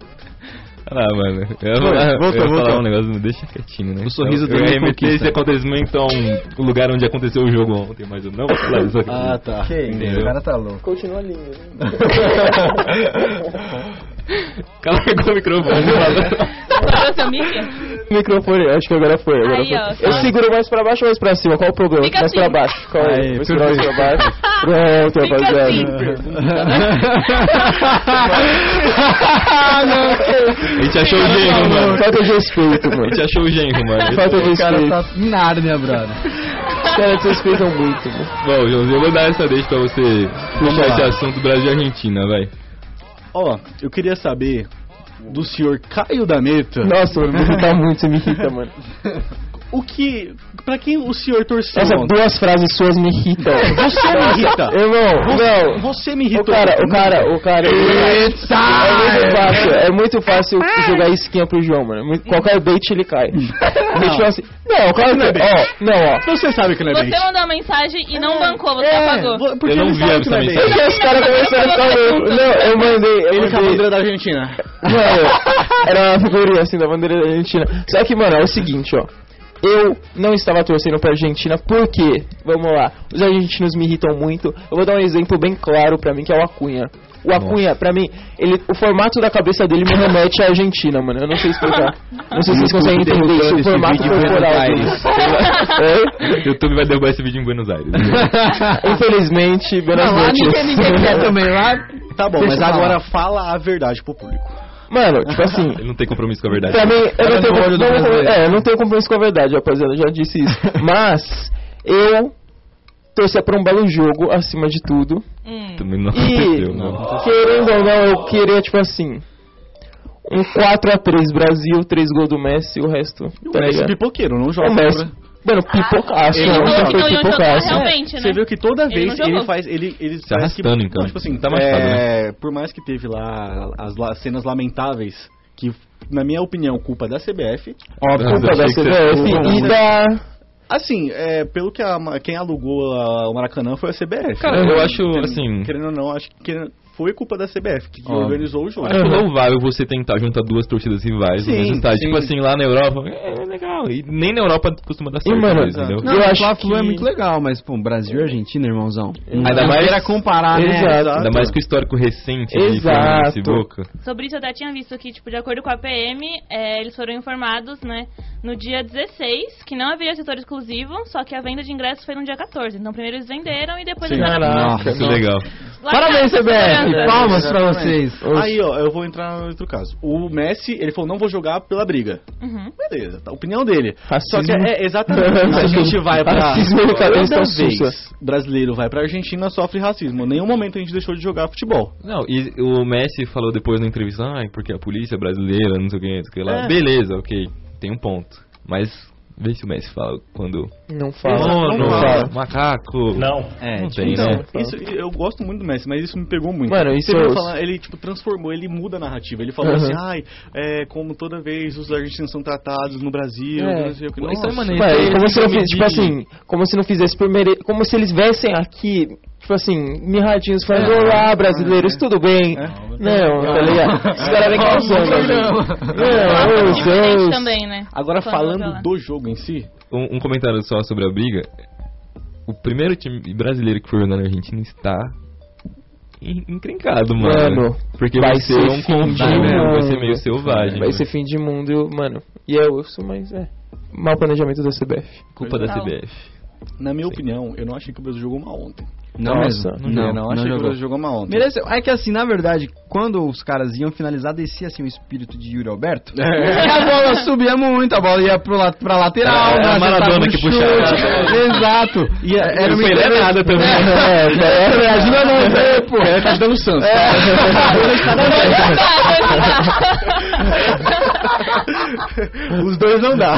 [SPEAKER 5] Olha Ah, lá, mano. Eu, eu, eu
[SPEAKER 8] voltou,
[SPEAKER 5] ia falar
[SPEAKER 8] voltou.
[SPEAKER 5] um negócio, me deixa quietinho, né? O
[SPEAKER 8] sorriso
[SPEAKER 5] eu,
[SPEAKER 8] dele
[SPEAKER 5] eu ia remeter
[SPEAKER 8] conquista.
[SPEAKER 5] esse acontecimento a um lugar onde aconteceu o jogo ontem, mas eu não vou falar disso aqui.
[SPEAKER 4] Ah, tá.
[SPEAKER 5] Entendeu?
[SPEAKER 8] tá louco.
[SPEAKER 6] Continua lindo.
[SPEAKER 5] Cala com o microfone, malandro.
[SPEAKER 2] Estourou seu mic?
[SPEAKER 6] Microfone, acho que agora foi. Agora
[SPEAKER 2] Aí,
[SPEAKER 6] foi.
[SPEAKER 2] ó,
[SPEAKER 6] eu
[SPEAKER 2] só-
[SPEAKER 6] seguro mais pra baixo ou mais pra cima? Qual o problema?
[SPEAKER 2] Fica
[SPEAKER 6] mais pra
[SPEAKER 2] assim.
[SPEAKER 6] baixo. Qual é?
[SPEAKER 8] Aí,
[SPEAKER 6] Vou segurar mais pra baixo. Pronto,
[SPEAKER 2] Fica assim.
[SPEAKER 6] rapaziada.
[SPEAKER 5] A gente achou o genro, mano.
[SPEAKER 6] Falta de respeito,
[SPEAKER 5] A
[SPEAKER 6] mano.
[SPEAKER 5] gente achou o genro, mano.
[SPEAKER 6] Falta de
[SPEAKER 8] O cara
[SPEAKER 6] respeito.
[SPEAKER 8] tá nada, minha brother.
[SPEAKER 6] Os caras desrespeitam muito, mano.
[SPEAKER 5] Bom, Joãozinho, eu vou dar essa deixa pra você puxar
[SPEAKER 4] lá.
[SPEAKER 5] esse assunto Brasil e Argentina, vai.
[SPEAKER 4] Ó, eu queria saber do senhor Caio da Meta.
[SPEAKER 6] Nossa, mano, me irrita muito, você me irrita, mano.
[SPEAKER 4] O que. Pra quem o senhor torceu?
[SPEAKER 6] Essas
[SPEAKER 4] ontem?
[SPEAKER 6] duas frases suas me irritam.
[SPEAKER 4] Você me irrita.
[SPEAKER 6] Irmão, não.
[SPEAKER 4] Você me
[SPEAKER 6] O
[SPEAKER 4] irritou.
[SPEAKER 6] cara, o cara, o cara. É muito fácil, é muito fácil jogar esquinha pro João, mano. Muito- Qualquer bait ele cai. Deixa eu assim. Não, claro que Ó, não, ó.
[SPEAKER 4] Você sabe que não é bem.
[SPEAKER 2] Você mandou uma mensagem e não bancou, você
[SPEAKER 6] é,
[SPEAKER 2] apagou.
[SPEAKER 4] Vo-
[SPEAKER 5] Eu
[SPEAKER 4] Porque
[SPEAKER 5] não
[SPEAKER 4] ele
[SPEAKER 5] vi
[SPEAKER 4] sabe que
[SPEAKER 5] essa
[SPEAKER 4] não é bem.
[SPEAKER 5] mensagem.
[SPEAKER 6] E os caras começando a ficar louco. Não, eu mandei, eu
[SPEAKER 4] Ele com a
[SPEAKER 6] mandei.
[SPEAKER 4] bandeira da Argentina.
[SPEAKER 6] Mano, era uma figurinha assim da bandeira da Argentina. Só que, mano, é o seguinte, ó. Eu não estava torcendo pra Argentina, por quê? Vamos lá. Os argentinos me irritam muito. Eu vou dar um exemplo bem claro pra mim, que é o Acunha. O Acunha, pra mim, ele, o formato da cabeça dele me remete à Argentina, mano. Eu não sei explicar. Não sei se vocês conseguem entender isso. O formato corporal dele. Oi?
[SPEAKER 5] YouTube vai derrubar esse vídeo em Buenos Aires.
[SPEAKER 6] É? Infelizmente, Buenas noites.
[SPEAKER 8] também, lá.
[SPEAKER 4] Tá bom,
[SPEAKER 6] Deixa
[SPEAKER 4] mas
[SPEAKER 6] eu falar.
[SPEAKER 4] agora fala a verdade pro público.
[SPEAKER 6] Mano, tipo assim,
[SPEAKER 5] Ele não tem compromisso com a verdade.
[SPEAKER 6] Pra mim, eu não,
[SPEAKER 8] Olha
[SPEAKER 6] tenho,
[SPEAKER 8] no É, olho do
[SPEAKER 6] não, não,
[SPEAKER 8] brasileiro.
[SPEAKER 6] é, eu não tenho compromisso com a verdade, rapaziada, eu já disse isso. Mas eu torcia pra um belo jogo, acima de tudo.
[SPEAKER 2] Hum.
[SPEAKER 5] Também não
[SPEAKER 6] E,
[SPEAKER 5] aconteceu, mano.
[SPEAKER 6] querendo ou não, eu queria, tipo assim, um 4x3 Brasil, 3 gols do Messi, o resto, tá
[SPEAKER 8] é
[SPEAKER 4] Parece
[SPEAKER 6] ligado? É
[SPEAKER 4] pipoqueiro, não joga.
[SPEAKER 6] O Messi,
[SPEAKER 4] né?
[SPEAKER 6] mano, pipocaço,
[SPEAKER 4] Ele
[SPEAKER 6] mano,
[SPEAKER 4] não
[SPEAKER 6] já
[SPEAKER 4] jogou.
[SPEAKER 6] foi
[SPEAKER 2] Ele não jogou,
[SPEAKER 6] pipocaço.
[SPEAKER 2] realmente. Gente,
[SPEAKER 4] Você
[SPEAKER 2] né?
[SPEAKER 4] viu que toda
[SPEAKER 2] Ele
[SPEAKER 4] vez
[SPEAKER 2] não jogou.
[SPEAKER 4] ele faz. Ele, ele
[SPEAKER 5] Se
[SPEAKER 4] parece que-
[SPEAKER 5] arrastando, então.
[SPEAKER 4] Não, tipo assim,
[SPEAKER 5] Tá machucado,
[SPEAKER 4] é, Por mais que teve lá as la- cenas lamentáveis, que na minha opinião, culpa da CBF.
[SPEAKER 5] Óbvio,
[SPEAKER 6] Culpa da CBF e da...
[SPEAKER 4] Assim, é, pelo que a ma- quem alugou a- o Maracanã foi a CBF.
[SPEAKER 5] Cara,
[SPEAKER 2] Uhum.
[SPEAKER 4] né?
[SPEAKER 5] eu acho,
[SPEAKER 4] Querendo-
[SPEAKER 5] assim-
[SPEAKER 4] Querendo ou não, acho que querendo- foi culpa da CBF que
[SPEAKER 5] Ó.
[SPEAKER 4] organizou o jogo.
[SPEAKER 5] Acho louvável você tentar juntar duas torcidas rivais no
[SPEAKER 4] Sim,
[SPEAKER 5] mesmo estádio.
[SPEAKER 4] sim.
[SPEAKER 5] Tipo assim, lá na Europa, é legal. E nem na Europa costuma dar certo,
[SPEAKER 6] mano,
[SPEAKER 5] às vezes, entendeu?
[SPEAKER 8] Não,
[SPEAKER 6] Eu
[SPEAKER 8] eu
[SPEAKER 6] acho
[SPEAKER 8] acho Fla-Flu
[SPEAKER 6] que-
[SPEAKER 8] é muito legal, mas, pô, Brasil e Argentina, irmãozão.
[SPEAKER 5] Ainda
[SPEAKER 8] Não
[SPEAKER 5] mais-
[SPEAKER 8] queira comparar, né?
[SPEAKER 6] Exato.
[SPEAKER 5] Ainda mais que o histórico recente de Fluminense
[SPEAKER 6] Exato.
[SPEAKER 5] e Boca.
[SPEAKER 2] Sobre isso, eu até tinha visto que, tipo, de acordo com a PM, é, eles foram informados, né, no dia 16, que não haveria setor exclusivo, só que a venda de ingressos foi no dia 14. Então, primeiro eles venderam e depois eles
[SPEAKER 6] Caraca,
[SPEAKER 5] Isso é legal.
[SPEAKER 2] Lá
[SPEAKER 6] Parabéns,
[SPEAKER 2] tá,
[SPEAKER 6] CBF!
[SPEAKER 2] esperando.
[SPEAKER 8] Palmas pra vocês.
[SPEAKER 4] Aí, ó, eu vou entrar no outro caso. O Messi, ele falou, não vou jogar pela briga.
[SPEAKER 2] Uhum.
[SPEAKER 4] Beleza, tá, opinião dele. Só que,
[SPEAKER 6] Racismo.
[SPEAKER 4] é, exatamente, a gente vai pra...
[SPEAKER 6] Racismo no cabelo
[SPEAKER 4] Toda
[SPEAKER 6] tá
[SPEAKER 4] vez
[SPEAKER 6] sussa.
[SPEAKER 4] brasileiro vai pra Argentina, sofre racismo. Em nenhum momento a gente deixou de jogar futebol.
[SPEAKER 5] Não, e o Messi falou depois na entrevista, ai, porque a polícia brasileira, não sei o que, não sei o que lá.
[SPEAKER 4] É.
[SPEAKER 5] Beleza, ok, tem um ponto. Mas vê se o Messi fala quando...
[SPEAKER 8] é-
[SPEAKER 6] Não fala.
[SPEAKER 5] Mono,
[SPEAKER 6] fala.
[SPEAKER 5] macaco...
[SPEAKER 10] Não.
[SPEAKER 5] É, não
[SPEAKER 4] tipo,
[SPEAKER 5] tem,
[SPEAKER 4] então,
[SPEAKER 5] né?
[SPEAKER 4] isso, eu gosto muito do Messi, mas isso me pegou muito.
[SPEAKER 6] Mano, isso
[SPEAKER 4] Você viu
[SPEAKER 6] eu-
[SPEAKER 4] falar, ele tipo, transformou, ele muda a narrativa. Ele falou
[SPEAKER 6] Aham.
[SPEAKER 4] assim, ai, é, como toda vez os argentinos são tratados no Brasil,
[SPEAKER 6] É.
[SPEAKER 4] não sei o que.
[SPEAKER 5] Pô, isso é
[SPEAKER 4] Nossa.
[SPEAKER 5] maneiro.
[SPEAKER 6] Ué,
[SPEAKER 5] Eles
[SPEAKER 6] como se não
[SPEAKER 5] ficam
[SPEAKER 6] fiz, tipo
[SPEAKER 5] medindo.
[SPEAKER 6] assim, como se não fizesse por mere... como se eles viessem aqui, tipo assim, mirradinhos, falando, olá, brasileiros, tudo bem? Não, tá ligado? Os caras vêm causando, velho. Não, ô,
[SPEAKER 2] Palmas diferente
[SPEAKER 6] Deus.
[SPEAKER 2] também, né?
[SPEAKER 4] Agora
[SPEAKER 2] Quando vai lá.
[SPEAKER 4] falando do jogo em si,
[SPEAKER 5] Um, um comentário só sobre a briga. O primeiro time brasileiro que foi jogar na Argentina está en- encrencado, mano.
[SPEAKER 6] Mano,
[SPEAKER 5] Porque
[SPEAKER 6] vai
[SPEAKER 5] vai ser
[SPEAKER 6] ser
[SPEAKER 5] um
[SPEAKER 6] fim de
[SPEAKER 5] contínuo, vai ser
[SPEAKER 6] mundo.
[SPEAKER 5] meio selvagem.
[SPEAKER 6] Vai
[SPEAKER 5] né?
[SPEAKER 6] ser fim de mundo, eu- mano. E é urso, mas é. Mau planejamento da CBF.
[SPEAKER 5] culpa da
[SPEAKER 2] Não.
[SPEAKER 5] CBF.
[SPEAKER 4] na minha opinião, eu não achei que o Brasil jogou mal ontem.
[SPEAKER 8] Não
[SPEAKER 6] Nossa,
[SPEAKER 8] mesmo.
[SPEAKER 5] não jogou.
[SPEAKER 8] Não,
[SPEAKER 4] eu não achei que o
[SPEAKER 8] jogou.
[SPEAKER 4] Brasil jogou mal ontem.
[SPEAKER 8] Mereceu. É que assim, na verdade, quando os caras iam finalizar, descia assim o espírito de Yuri Alberto.
[SPEAKER 4] É,
[SPEAKER 8] E a bola subia muito, a bola ia pro la pra lateral.
[SPEAKER 5] Era- era
[SPEAKER 8] né,
[SPEAKER 5] Maradona
[SPEAKER 8] acertava um
[SPEAKER 5] que puxava.
[SPEAKER 8] chute. Exato. E era
[SPEAKER 5] Não foi nada também.
[SPEAKER 6] É, é,
[SPEAKER 8] Ajuda nós aí, pô. É, tá ajudando o Santos.
[SPEAKER 4] Os dois não dá.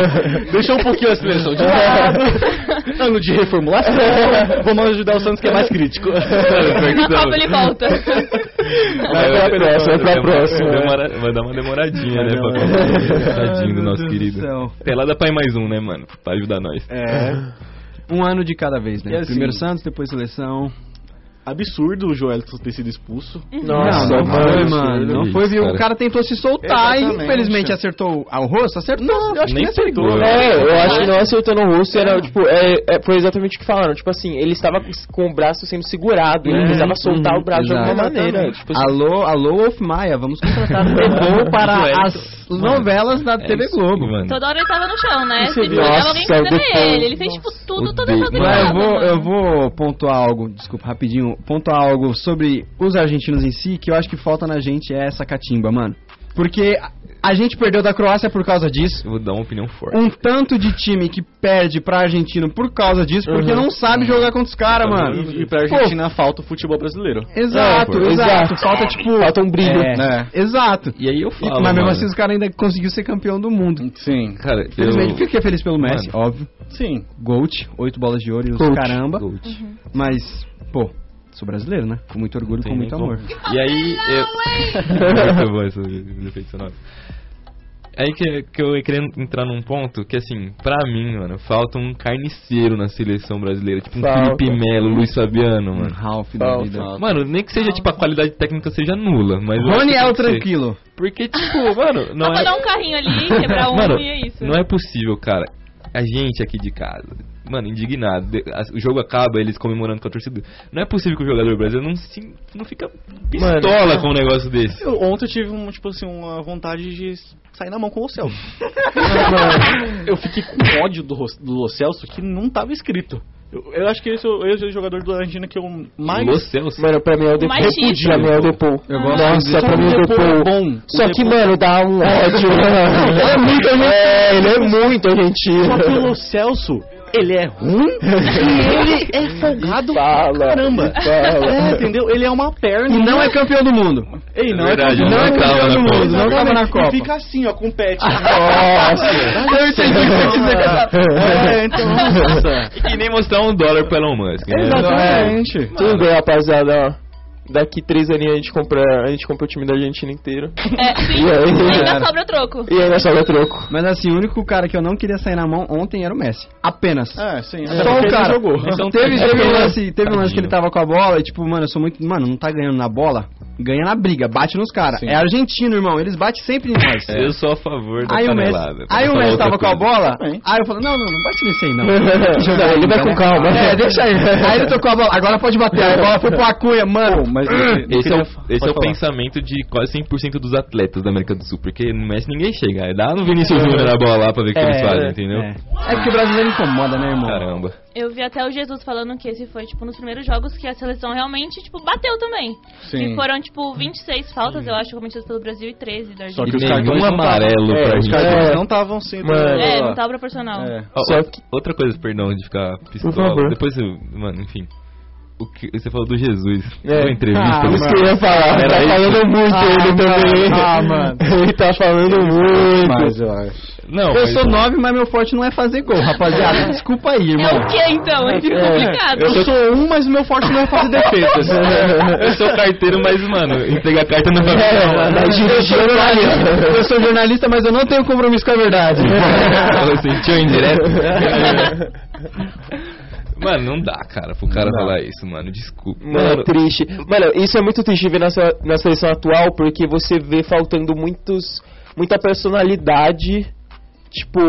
[SPEAKER 4] Deixa um pouquinho a seleção de lado. Ano de reformulação. Vamos ajudar o Santos que é mais crítico.
[SPEAKER 2] Na
[SPEAKER 5] Então,
[SPEAKER 2] Copa ele volta.
[SPEAKER 6] Vai pra próxima, vai pra próxima.
[SPEAKER 5] Demora- vai dar uma demoradinha, né? pra acabar. Tadinho do nosso querido. Até lá dá pra ir mais um, né, mano? Pra ajudar nós.
[SPEAKER 8] Um ano de cada vez, né?
[SPEAKER 4] E assim-
[SPEAKER 8] Primeiro Santos, depois seleção.
[SPEAKER 4] Absurdo o Joel ter sido expulso.
[SPEAKER 2] Uhum.
[SPEAKER 6] Nossa,
[SPEAKER 8] não, não
[SPEAKER 6] mano.
[SPEAKER 8] foi, mano. Não
[SPEAKER 5] isso,
[SPEAKER 8] foi, viu?
[SPEAKER 5] cara.
[SPEAKER 8] O cara tentou se soltar e
[SPEAKER 4] Exatamente.
[SPEAKER 8] infelizmente acertou ao rosto. Acertou? Não, eu acho
[SPEAKER 5] nem
[SPEAKER 8] que nem acertou.
[SPEAKER 5] pegou.
[SPEAKER 6] É, eu acho que não acertando o rosto era, tipo, é, é, foi exatamente o que falaram. Tipo assim, ele estava com- com o braço sendo segurado, ele
[SPEAKER 8] Uhum,
[SPEAKER 6] precisava soltar o braço de
[SPEAKER 8] exato.
[SPEAKER 6] alguma maneira. Tipo assim,
[SPEAKER 8] Alô, alô, Wolf Maia, vamos contratar o Bebô para as novelas da TV
[SPEAKER 5] É isso,
[SPEAKER 8] Globo.
[SPEAKER 5] mano.
[SPEAKER 2] Toda hora ele tava no chão, né?
[SPEAKER 6] Isso,
[SPEAKER 2] Se ele olhava alguém
[SPEAKER 6] nossa,
[SPEAKER 2] fazendo
[SPEAKER 6] depois-
[SPEAKER 2] ele. Ele fez, tipo, tudo, toda
[SPEAKER 5] Odeio.
[SPEAKER 2] essa
[SPEAKER 8] Mas eu vou, eu vou pontuar algo, desculpa, rapidinho, pontuar algo sobre os argentinos em si, que eu acho que falta na gente é essa catimba, mano. Porque a- a gente perdeu da Croácia por causa disso.
[SPEAKER 5] Eu vou dar uma opinião forte.
[SPEAKER 8] Um tanto de time que perde pra argentino por causa disso, porque não sabe jogar contra os caras,
[SPEAKER 5] um
[SPEAKER 8] mano.
[SPEAKER 4] E, e pra Argentina falta o futebol brasileiro.
[SPEAKER 8] Exato,
[SPEAKER 6] É, pô,
[SPEAKER 8] exato.
[SPEAKER 6] exato.
[SPEAKER 8] Falta, tipo.
[SPEAKER 6] falta um brilho.
[SPEAKER 8] É,
[SPEAKER 4] né?
[SPEAKER 8] Exato.
[SPEAKER 5] E aí eu
[SPEAKER 8] E-
[SPEAKER 5] falo,
[SPEAKER 8] mas mesmo
[SPEAKER 5] mano.
[SPEAKER 8] assim os caras ainda conseguiu ser campeão do mundo.
[SPEAKER 4] Sim.
[SPEAKER 5] Cara,
[SPEAKER 8] Felizmente,
[SPEAKER 5] eu...
[SPEAKER 8] fiquei feliz pelo Messi, óbvio.
[SPEAKER 4] Sim.
[SPEAKER 8] Gold, oito bolas de ouro e os
[SPEAKER 6] Gold.
[SPEAKER 8] caramba.
[SPEAKER 5] Gold.
[SPEAKER 8] Mas, pô, sou brasileiro, né? Com muito orgulho,
[SPEAKER 5] Tem
[SPEAKER 8] com
[SPEAKER 5] nem
[SPEAKER 8] muito
[SPEAKER 5] como.
[SPEAKER 8] amor.
[SPEAKER 5] E aí. Eu... Muito bom esse efeito sonoro. Aí que, que eu queria entrar num ponto que, assim, pra mim, mano, falta um carniceiro na seleção brasileira. Tipo um
[SPEAKER 6] Falta.
[SPEAKER 5] Felipe Melo, Luiz Fabiano, mano.
[SPEAKER 8] Ralph
[SPEAKER 6] Falta.
[SPEAKER 8] da vida.
[SPEAKER 5] Mano, nem que seja, tipo, a qualidade técnica seja nula, mas... eu acho que
[SPEAKER 8] Rony é
[SPEAKER 5] tem
[SPEAKER 8] o
[SPEAKER 5] que ser.
[SPEAKER 8] tranquilo.
[SPEAKER 5] Porque, tipo, mano, não
[SPEAKER 2] Só pra
[SPEAKER 5] é...
[SPEAKER 2] dar um carrinho ali, quebrar um
[SPEAKER 5] Mano,
[SPEAKER 2] e é isso.
[SPEAKER 5] não é possível, cara. A gente aqui de casa. Mano, indignado. De- as- O jogo acaba, eles comemorando com a torcida. Não é possível que o jogador brasileiro não, se, não fica pistola
[SPEAKER 4] Mano,
[SPEAKER 5] com um negócio desse.
[SPEAKER 4] Eu- ontem eu tive um, tipo assim, uma vontade de sair na mão com o Lo Celso. é eu fiquei com ódio do, Ro- do Lo Celso que não tava escrito. Eu, eu acho que esse é o, esse é o jogador do Argentina que eu mais.
[SPEAKER 5] Lo Celso.
[SPEAKER 6] Mano, pra mim é o Depou.
[SPEAKER 2] mais chique.
[SPEAKER 6] Pra mim é o Depou.
[SPEAKER 8] Eu gosto
[SPEAKER 6] Nossa,
[SPEAKER 8] desse.
[SPEAKER 6] pra mim é o
[SPEAKER 8] é
[SPEAKER 6] Depou.
[SPEAKER 8] bom.
[SPEAKER 6] Só que, mano, dá um ódio. é muito argentino. É, ele é muito
[SPEAKER 4] Só que o Lo
[SPEAKER 6] argentino.
[SPEAKER 4] Celso, ele é ruim e ele é folgado
[SPEAKER 6] Fala.
[SPEAKER 4] caramba.
[SPEAKER 6] fala.
[SPEAKER 4] É, entendeu? Ele é uma perna.
[SPEAKER 8] E não é campeão do mundo.
[SPEAKER 4] Ei, não
[SPEAKER 5] Verdade,
[SPEAKER 4] é
[SPEAKER 5] não
[SPEAKER 4] campeão.
[SPEAKER 5] tava na Copa.
[SPEAKER 4] mundo, não
[SPEAKER 8] Não
[SPEAKER 4] tava
[SPEAKER 8] tava na Copa.
[SPEAKER 4] E fica assim, ó, com o pet. tá,
[SPEAKER 6] Nossa.
[SPEAKER 4] Eu entendi o que você quis dizer com essa- É, então, é. nossa.
[SPEAKER 5] E que nem mostrar um dólar pro Elon Musk. né?
[SPEAKER 8] Exatamente.
[SPEAKER 6] Tudo bem, rapaziada, ó. Daqui três aninhos a gente compra, a gente compra o time da Argentina inteiro.
[SPEAKER 2] É, sim.
[SPEAKER 6] E aí,
[SPEAKER 2] Ainda
[SPEAKER 6] cara?
[SPEAKER 2] sobra o troco.
[SPEAKER 6] E ainda sobra troco.
[SPEAKER 8] Mas assim, o único cara que eu não queria sair na mão ontem era o Messi. Apenas.
[SPEAKER 4] É, sim.
[SPEAKER 8] Só o cara.
[SPEAKER 5] Então,
[SPEAKER 8] Teve,
[SPEAKER 5] é
[SPEAKER 8] teve, um
[SPEAKER 5] pena.
[SPEAKER 8] lance, teve um lance que ele
[SPEAKER 5] Tadinho.
[SPEAKER 8] tava com a bola e tipo, mano, eu sou muito... Mano, não tá ganhando na bola, ganha na briga, bate nos caras.
[SPEAKER 4] Sim. É.
[SPEAKER 8] É argentino, irmão, eles batem sempre em nós.
[SPEAKER 5] Eu sou a favor da
[SPEAKER 8] Aí o Messi,
[SPEAKER 5] canelada. pra
[SPEAKER 8] aí
[SPEAKER 5] falar
[SPEAKER 8] o Messi
[SPEAKER 5] né? outra
[SPEAKER 8] tava com a
[SPEAKER 5] coisa.
[SPEAKER 8] bola,
[SPEAKER 4] Também.
[SPEAKER 8] aí eu falei, não, não, não bate nesse aí não.
[SPEAKER 6] Não, ele vai com calma.
[SPEAKER 8] É, deixa aí. Aí ele tocou a bola, agora pode bater, aí a bola foi pro Acunha, mano.
[SPEAKER 4] mas
[SPEAKER 5] Esse é o, esse é o pensamento de quase 100% dos atletas da América do Sul, porque no Messi ninguém chega. Aí Dá no Vinícius Júnior a bola lá pra ver o que eles fazem, entendeu?
[SPEAKER 8] É. É porque o brasileiro incomoda, né, irmão?
[SPEAKER 5] Caramba.
[SPEAKER 2] Eu vi até o Jesus falando que esse foi, tipo, nos primeiros jogos que a seleção realmente, tipo, bateu também.
[SPEAKER 4] Sim.
[SPEAKER 2] E foram, tipo, 26 faltas, eu acho, cometidas pelo Brasil e 13 da
[SPEAKER 4] Só
[SPEAKER 2] Argentina.
[SPEAKER 4] que
[SPEAKER 5] E
[SPEAKER 4] os
[SPEAKER 5] nenhum
[SPEAKER 4] cartões não tavam-
[SPEAKER 5] amarelo
[SPEAKER 4] é,
[SPEAKER 5] pra
[SPEAKER 4] Os
[SPEAKER 5] gente.
[SPEAKER 4] cartões
[SPEAKER 6] É.
[SPEAKER 4] não estavam sendo.
[SPEAKER 6] Mano.
[SPEAKER 2] É, não tava proporcional.
[SPEAKER 4] É.
[SPEAKER 5] Ó,
[SPEAKER 6] Só
[SPEAKER 5] ó,
[SPEAKER 6] que-
[SPEAKER 5] Outra coisa, perdão, de ficar pistola.
[SPEAKER 6] favor.
[SPEAKER 5] Depois eu. Mano, enfim. O que, você falou do Jesus.
[SPEAKER 6] É.
[SPEAKER 5] Uma entrevista.
[SPEAKER 6] Por isso que eu ia falar,
[SPEAKER 5] Era
[SPEAKER 6] tá
[SPEAKER 5] isso?
[SPEAKER 6] falando muito ele também.
[SPEAKER 8] Ah, mano.
[SPEAKER 6] Ele tá falando muito.
[SPEAKER 4] eu acho.
[SPEAKER 5] Não,
[SPEAKER 8] Eu
[SPEAKER 5] mas-
[SPEAKER 8] sou nove, mas meu forte não é fazer gol, rapaziada. Desculpa aí,
[SPEAKER 2] É
[SPEAKER 8] irmão.
[SPEAKER 2] o que então? É complicado.
[SPEAKER 4] Eu sou um, mas o meu forte não é fazer defesas.
[SPEAKER 5] Eu sou carteiro, mas, mano, entregar carta não vai
[SPEAKER 6] É, mano, a gente é jornalista.
[SPEAKER 8] Eu sou jornalista, mas eu não tenho compromisso com a verdade.
[SPEAKER 5] Ela sentiu indireto. mano, não dá, cara, pro cara falar isso, mano. Desculpa.
[SPEAKER 6] Mano, é triste. Mano, isso é muito triste de ver na, se- na seleção atual, porque você vê faltando muitos, muita personalidade. Tipo,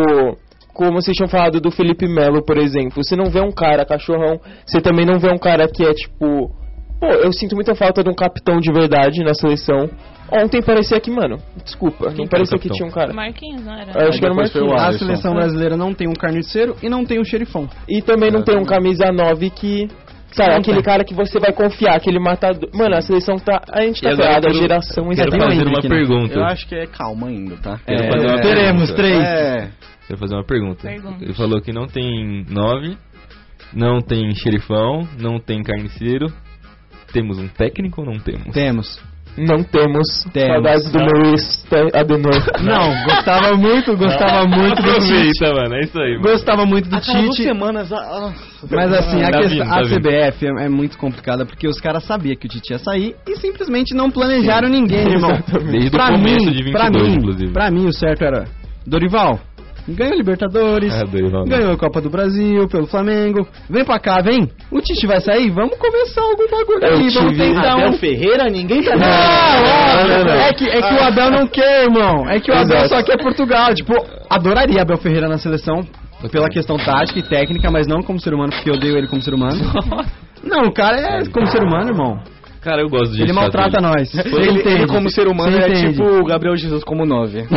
[SPEAKER 6] como vocês tinham falado do Felipe Melo, por exemplo. Você não vê um cara cachorrão, você também não vê um cara que é tipo. Pô, eu sinto muita falta de um capitão de verdade na seleção. Ontem parecia que, mano, desculpa, não
[SPEAKER 5] que
[SPEAKER 6] parecia
[SPEAKER 5] era o
[SPEAKER 6] que
[SPEAKER 5] capitão?
[SPEAKER 6] tinha um cara.
[SPEAKER 2] Marquinhos, não era?
[SPEAKER 6] Eu acho que era o
[SPEAKER 4] depois foi o
[SPEAKER 6] Marquinhos.
[SPEAKER 8] A
[SPEAKER 4] Alisson.
[SPEAKER 8] seleção brasileira não tem um carniceiro e não tem um xerifão.
[SPEAKER 6] E também
[SPEAKER 8] É,
[SPEAKER 6] não tem um camisa 9 que. Sabe, aquele cara que você vai confiar, aquele matador. Mano, a seleção tá. A gente tá
[SPEAKER 5] E agora eu
[SPEAKER 6] ferrado, a
[SPEAKER 5] quero-
[SPEAKER 6] geração
[SPEAKER 5] Quero fazer uma pergunta.
[SPEAKER 4] Eu acho que é calma ainda, tá?
[SPEAKER 5] Quero fazer uma
[SPEAKER 8] Teremos
[SPEAKER 5] pergunta.
[SPEAKER 8] três.
[SPEAKER 4] É.
[SPEAKER 5] Quero fazer uma pergunta.
[SPEAKER 2] Pergunta.
[SPEAKER 5] Ele falou que não tem nove, não tem xerifão, não tem carniceiro. Temos um técnico ou não temos?
[SPEAKER 8] Temos.
[SPEAKER 6] Não temos.
[SPEAKER 8] Temos.
[SPEAKER 6] Saudades do Luiz Te- Adenor.
[SPEAKER 8] Não, gostava muito, gostava muito do Tite.
[SPEAKER 5] Aproveita, mano. É isso aí, mano.
[SPEAKER 8] Gostava muito do
[SPEAKER 4] tá, Duas
[SPEAKER 8] Tite.
[SPEAKER 4] semanas. ah,
[SPEAKER 8] Mas assim, a,
[SPEAKER 5] Tá
[SPEAKER 8] questão-
[SPEAKER 5] vindo, tá
[SPEAKER 8] a
[SPEAKER 5] vindo.
[SPEAKER 8] CBF é, é muito complicada porque os caras sabiam que o Tite ia sair e simplesmente não planejaram ninguém, irmão.
[SPEAKER 5] Desde o começo de 22,
[SPEAKER 8] pra mim,
[SPEAKER 5] inclusive.
[SPEAKER 8] pra mim, o certo era Dorival. Ganhou Libertadores,
[SPEAKER 5] Ah, Dorival, né?
[SPEAKER 8] ganhou a Copa do Brasil pelo Flamengo. Vem pra cá, vem. O Tite vai sair, vamos começar algum bagulho
[SPEAKER 6] Eu
[SPEAKER 8] aí,
[SPEAKER 6] te
[SPEAKER 8] vamos
[SPEAKER 6] vi.
[SPEAKER 8] tentar um.
[SPEAKER 4] Abel Ferreira, ninguém tá.
[SPEAKER 8] Ah,
[SPEAKER 6] não, não.
[SPEAKER 8] É que, é que o Abel não quer, irmão. É que o Abel
[SPEAKER 6] Exato.
[SPEAKER 8] só quer Portugal. Tipo, adoraria Abel Ferreira na seleção pela questão tática e técnica, mas não como ser humano, porque eu odeio ele como ser humano. Não, o cara é como ser humano, irmão.
[SPEAKER 5] Cara, eu gosto de
[SPEAKER 8] Ele maltrata nós. Você
[SPEAKER 4] Ele, ele
[SPEAKER 8] entende.
[SPEAKER 4] como ser humano
[SPEAKER 8] Você
[SPEAKER 4] é
[SPEAKER 8] entende.
[SPEAKER 4] tipo o Gabriel Jesus como
[SPEAKER 6] É.
[SPEAKER 4] nove.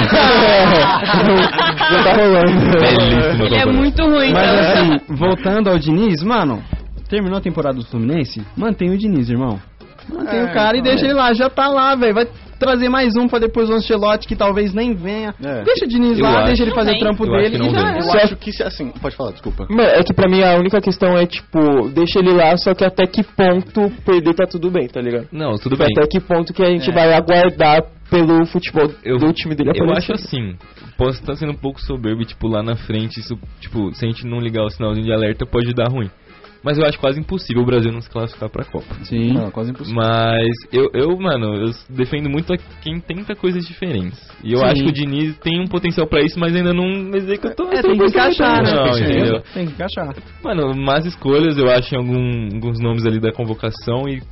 [SPEAKER 6] Não tá rolando.
[SPEAKER 5] Belíssima
[SPEAKER 2] Ele é
[SPEAKER 5] comparação.
[SPEAKER 2] muito ruim,
[SPEAKER 8] Mas
[SPEAKER 2] então.
[SPEAKER 8] assim,
[SPEAKER 5] tá.
[SPEAKER 8] voltando ao Diniz, mano, terminou a temporada do Fluminense? Mantém o Diniz, irmão. Mantém
[SPEAKER 4] É,
[SPEAKER 8] o cara e
[SPEAKER 4] então,
[SPEAKER 8] deixa ele lá, já tá lá, velho. Vai trazer mais um pra depois o Ancelotti, que talvez nem venha.
[SPEAKER 4] É.
[SPEAKER 8] Deixa o Diniz
[SPEAKER 5] Eu
[SPEAKER 8] lá,
[SPEAKER 5] acho.
[SPEAKER 8] deixa ele fazer
[SPEAKER 2] Não
[SPEAKER 8] o trampo
[SPEAKER 5] vem. Eu acho
[SPEAKER 8] dele
[SPEAKER 5] que
[SPEAKER 8] e
[SPEAKER 5] não
[SPEAKER 8] já
[SPEAKER 5] vem.
[SPEAKER 8] era.
[SPEAKER 4] Eu
[SPEAKER 6] Só-
[SPEAKER 4] acho que se- assim. Pode falar, desculpa.
[SPEAKER 6] Mano, é que pra mim a única questão é, tipo, deixa ele lá, só que até que ponto perder tá tudo bem, tá ligado?
[SPEAKER 5] Não, tudo bem.
[SPEAKER 6] Tipo, até que ponto que a
[SPEAKER 8] É.
[SPEAKER 6] gente vai aguardar pelo futebol
[SPEAKER 5] Eu-
[SPEAKER 6] do time dele
[SPEAKER 5] Eu
[SPEAKER 6] aparecer.
[SPEAKER 5] acho assim, posso estar sendo um pouco soberbo, e, tipo, lá na frente, isso, tipo, se a gente não ligar o sinalzinho de alerta, pode dar ruim. Mas eu acho quase impossível o Brasil não se classificar pra Copa.
[SPEAKER 8] Sim.
[SPEAKER 4] Não, quase impossível.
[SPEAKER 5] Mas eu, eu mano, eu s- defendo muito a quem tenta coisas diferentes. E eu
[SPEAKER 8] Sim.
[SPEAKER 5] acho que o Diniz tem um potencial pra isso, mas ainda não executou.
[SPEAKER 8] É, tem que
[SPEAKER 5] 100%
[SPEAKER 8] encaixar, né?
[SPEAKER 5] Não, entendeu?
[SPEAKER 8] Tem que encaixar.
[SPEAKER 5] Mano, más escolhas eu acho em algum- alguns nomes ali da convocação e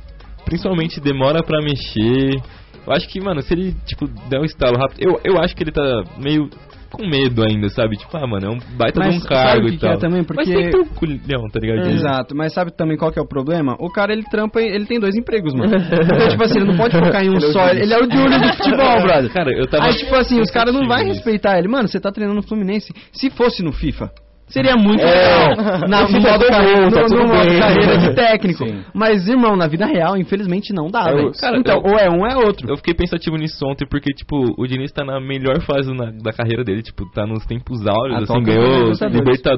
[SPEAKER 5] principalmente demora pra mexer. Eu acho que, mano, se ele, tipo, der um estalo rápido. Eu, eu acho que ele tá meio com medo ainda, sabe? Tipo, ah, mano, é um baita de um
[SPEAKER 8] Mas sabe
[SPEAKER 5] cargo
[SPEAKER 8] o que,
[SPEAKER 5] e
[SPEAKER 8] que
[SPEAKER 5] tal.
[SPEAKER 8] é também? Porque...
[SPEAKER 5] Mas tem que ter um culhão, tá ligado? De-
[SPEAKER 8] Exato, mas sabe também qual que é o problema? O cara, ele trampa, ele tem dois empregos, mano. Então, tipo assim, ele não pode focar em um só. Ele é o Júlio do futebol, brother.
[SPEAKER 5] Tipo, Cara, eu
[SPEAKER 4] Tá
[SPEAKER 5] tava.
[SPEAKER 8] Aí, tipo assim, os caras não vão
[SPEAKER 5] nisso.
[SPEAKER 8] respeitar ele. Mano, você tá treinando no Fluminense. Se fosse no FIFA, seria muito legal. Na
[SPEAKER 6] FIFA
[SPEAKER 8] no modo,
[SPEAKER 6] é bom,
[SPEAKER 8] carreira,
[SPEAKER 6] tá
[SPEAKER 8] no-
[SPEAKER 6] tudo
[SPEAKER 8] no modo
[SPEAKER 6] bem.
[SPEAKER 8] carreira de técnico.
[SPEAKER 4] Sim.
[SPEAKER 8] Mas, irmão, na vida real, infelizmente, não dá,
[SPEAKER 5] Eu-
[SPEAKER 8] velho.
[SPEAKER 5] cara,
[SPEAKER 8] Então,
[SPEAKER 5] eu-
[SPEAKER 8] ou é um, é outro.
[SPEAKER 5] Eu fiquei pensativo nisso ontem, porque, tipo, o Diniz tá na melhor fase na- da carreira dele, tipo, tá nos tempos áureos,
[SPEAKER 8] Atual
[SPEAKER 5] assim,
[SPEAKER 8] campeão da
[SPEAKER 5] ganhou
[SPEAKER 8] Libertadores.
[SPEAKER 5] Libertadores,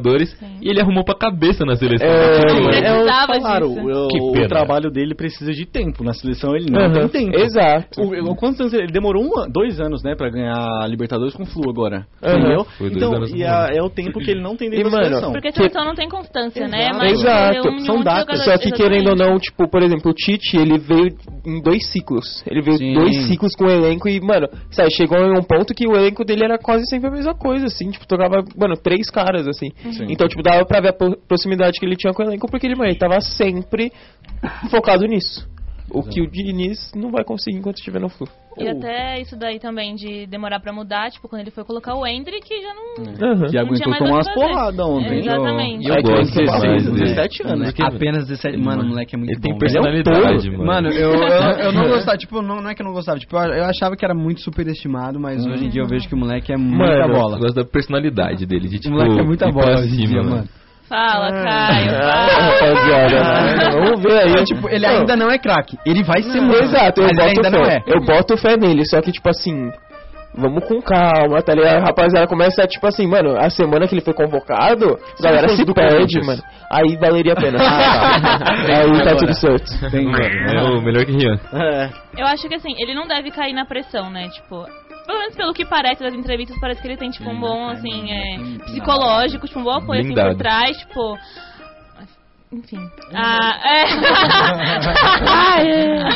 [SPEAKER 5] e ele arrumou pra cabeça na seleção.
[SPEAKER 6] É,
[SPEAKER 5] Tipo,
[SPEAKER 2] é, precisava
[SPEAKER 4] Claro,
[SPEAKER 2] disso.
[SPEAKER 4] o-
[SPEAKER 5] Que
[SPEAKER 4] o
[SPEAKER 5] pena.
[SPEAKER 4] trabalho dele precisa de tempo. Na seleção ele não
[SPEAKER 6] Aham,
[SPEAKER 4] tem tempo.
[SPEAKER 6] Exato.
[SPEAKER 4] O, o- quantos anos ele ele demorou um, an- dois anos, né, pra ganhar a Libertadores com o Flu agora.
[SPEAKER 6] Aham.
[SPEAKER 4] Entendeu?
[SPEAKER 5] Foi dois
[SPEAKER 4] então,
[SPEAKER 5] anos
[SPEAKER 4] e
[SPEAKER 5] com o
[SPEAKER 4] a- é o tempo que ele não tem dentro
[SPEAKER 6] E,
[SPEAKER 4] da
[SPEAKER 6] mano,
[SPEAKER 4] seleção.
[SPEAKER 2] Porque a seleção não tem constância, né?
[SPEAKER 4] Exato.
[SPEAKER 2] Mas
[SPEAKER 6] Exato.
[SPEAKER 2] um milhão
[SPEAKER 4] São
[SPEAKER 2] de
[SPEAKER 4] datas.
[SPEAKER 2] jogadores-
[SPEAKER 6] Só que
[SPEAKER 2] exatamente.
[SPEAKER 6] querendo ou não, tipo, por exemplo, o Tite, ele veio em dois ciclos. Ele veio
[SPEAKER 8] Sim.
[SPEAKER 6] dois ciclos com o elenco e, mano, sabe, chegou em um ponto que o elenco dele era quase sempre a mesma coisa, assim, tipo, tocava, mano, três caras, assim.
[SPEAKER 2] Uhum.
[SPEAKER 4] Sim.
[SPEAKER 6] Então, tipo, dava pra ver a pro- proximidade que ele tinha com o elenco, porque ele, mano, ele tava sempre focado nisso. O que o Diniz não vai conseguir enquanto estiver no flu.
[SPEAKER 2] E até isso daí também de demorar pra mudar, tipo, quando ele foi colocar o Hendrick, já não.
[SPEAKER 6] Aham.
[SPEAKER 8] Uhum.
[SPEAKER 6] tipo,
[SPEAKER 4] Que
[SPEAKER 2] Não tinha
[SPEAKER 4] aguentou
[SPEAKER 2] mais o
[SPEAKER 4] tomar
[SPEAKER 2] que
[SPEAKER 4] umas
[SPEAKER 2] fazer.
[SPEAKER 4] porradas
[SPEAKER 5] É,
[SPEAKER 4] ontem.
[SPEAKER 2] Exatamente.
[SPEAKER 5] Eu gosto
[SPEAKER 4] Ele tem
[SPEAKER 5] demais
[SPEAKER 4] 16,
[SPEAKER 5] dele.
[SPEAKER 4] 17
[SPEAKER 6] né?"
[SPEAKER 4] anos. né?
[SPEAKER 5] Porque-
[SPEAKER 8] Apenas 17. Mano, o moleque é muito
[SPEAKER 5] um Ele
[SPEAKER 8] bom.
[SPEAKER 5] tem
[SPEAKER 8] velho.
[SPEAKER 5] personalidade, mano.
[SPEAKER 8] Mano, eu, eu, eu não gostava, tipo, não, não é que eu não gostava, tipo, eu, eu achava que era muito superestimado, mas hoje em dia eu vejo que o moleque é muita
[SPEAKER 5] Mano,
[SPEAKER 8] bola.
[SPEAKER 5] Eu gosto da personalidade dele, de
[SPEAKER 8] O
[SPEAKER 5] tipo.
[SPEAKER 8] moleque é muita
[SPEAKER 5] ir pra
[SPEAKER 8] bola hoje em
[SPEAKER 5] cima,
[SPEAKER 8] dia,
[SPEAKER 5] mano.
[SPEAKER 8] mano.
[SPEAKER 2] Fala, Caio.
[SPEAKER 6] Ah,
[SPEAKER 2] Fala. Ah.
[SPEAKER 6] rapaziada, vamos ver aí.
[SPEAKER 8] Tipo, ele ainda não é craque, ele vai ser muito.
[SPEAKER 6] Exato, eu
[SPEAKER 8] mas ele
[SPEAKER 6] boto
[SPEAKER 8] ainda
[SPEAKER 6] fé.
[SPEAKER 8] não é.
[SPEAKER 6] Eu boto fé nele, só que tipo assim, vamos com calma, tá ligado? Rapaziada, começa tipo assim, mano, a semana que ele foi convocado, a galera
[SPEAKER 4] foi
[SPEAKER 6] se
[SPEAKER 4] do
[SPEAKER 6] perde,
[SPEAKER 4] Corinthians.
[SPEAKER 6] mano. Aí valeria a pena. aí tá tudo certo.
[SPEAKER 4] Tem,
[SPEAKER 5] É o melhor que Rian.
[SPEAKER 4] É.
[SPEAKER 2] Eu acho que assim, ele não deve cair na pressão, né? Tipo. Pelo menos pelo que parece das entrevistas, parece que ele tem, tipo, um bom, assim, é, psicológico, tipo, um bom apoio, assim, por
[SPEAKER 5] Blindado.
[SPEAKER 2] trás, tipo. Enfim. Ah, é.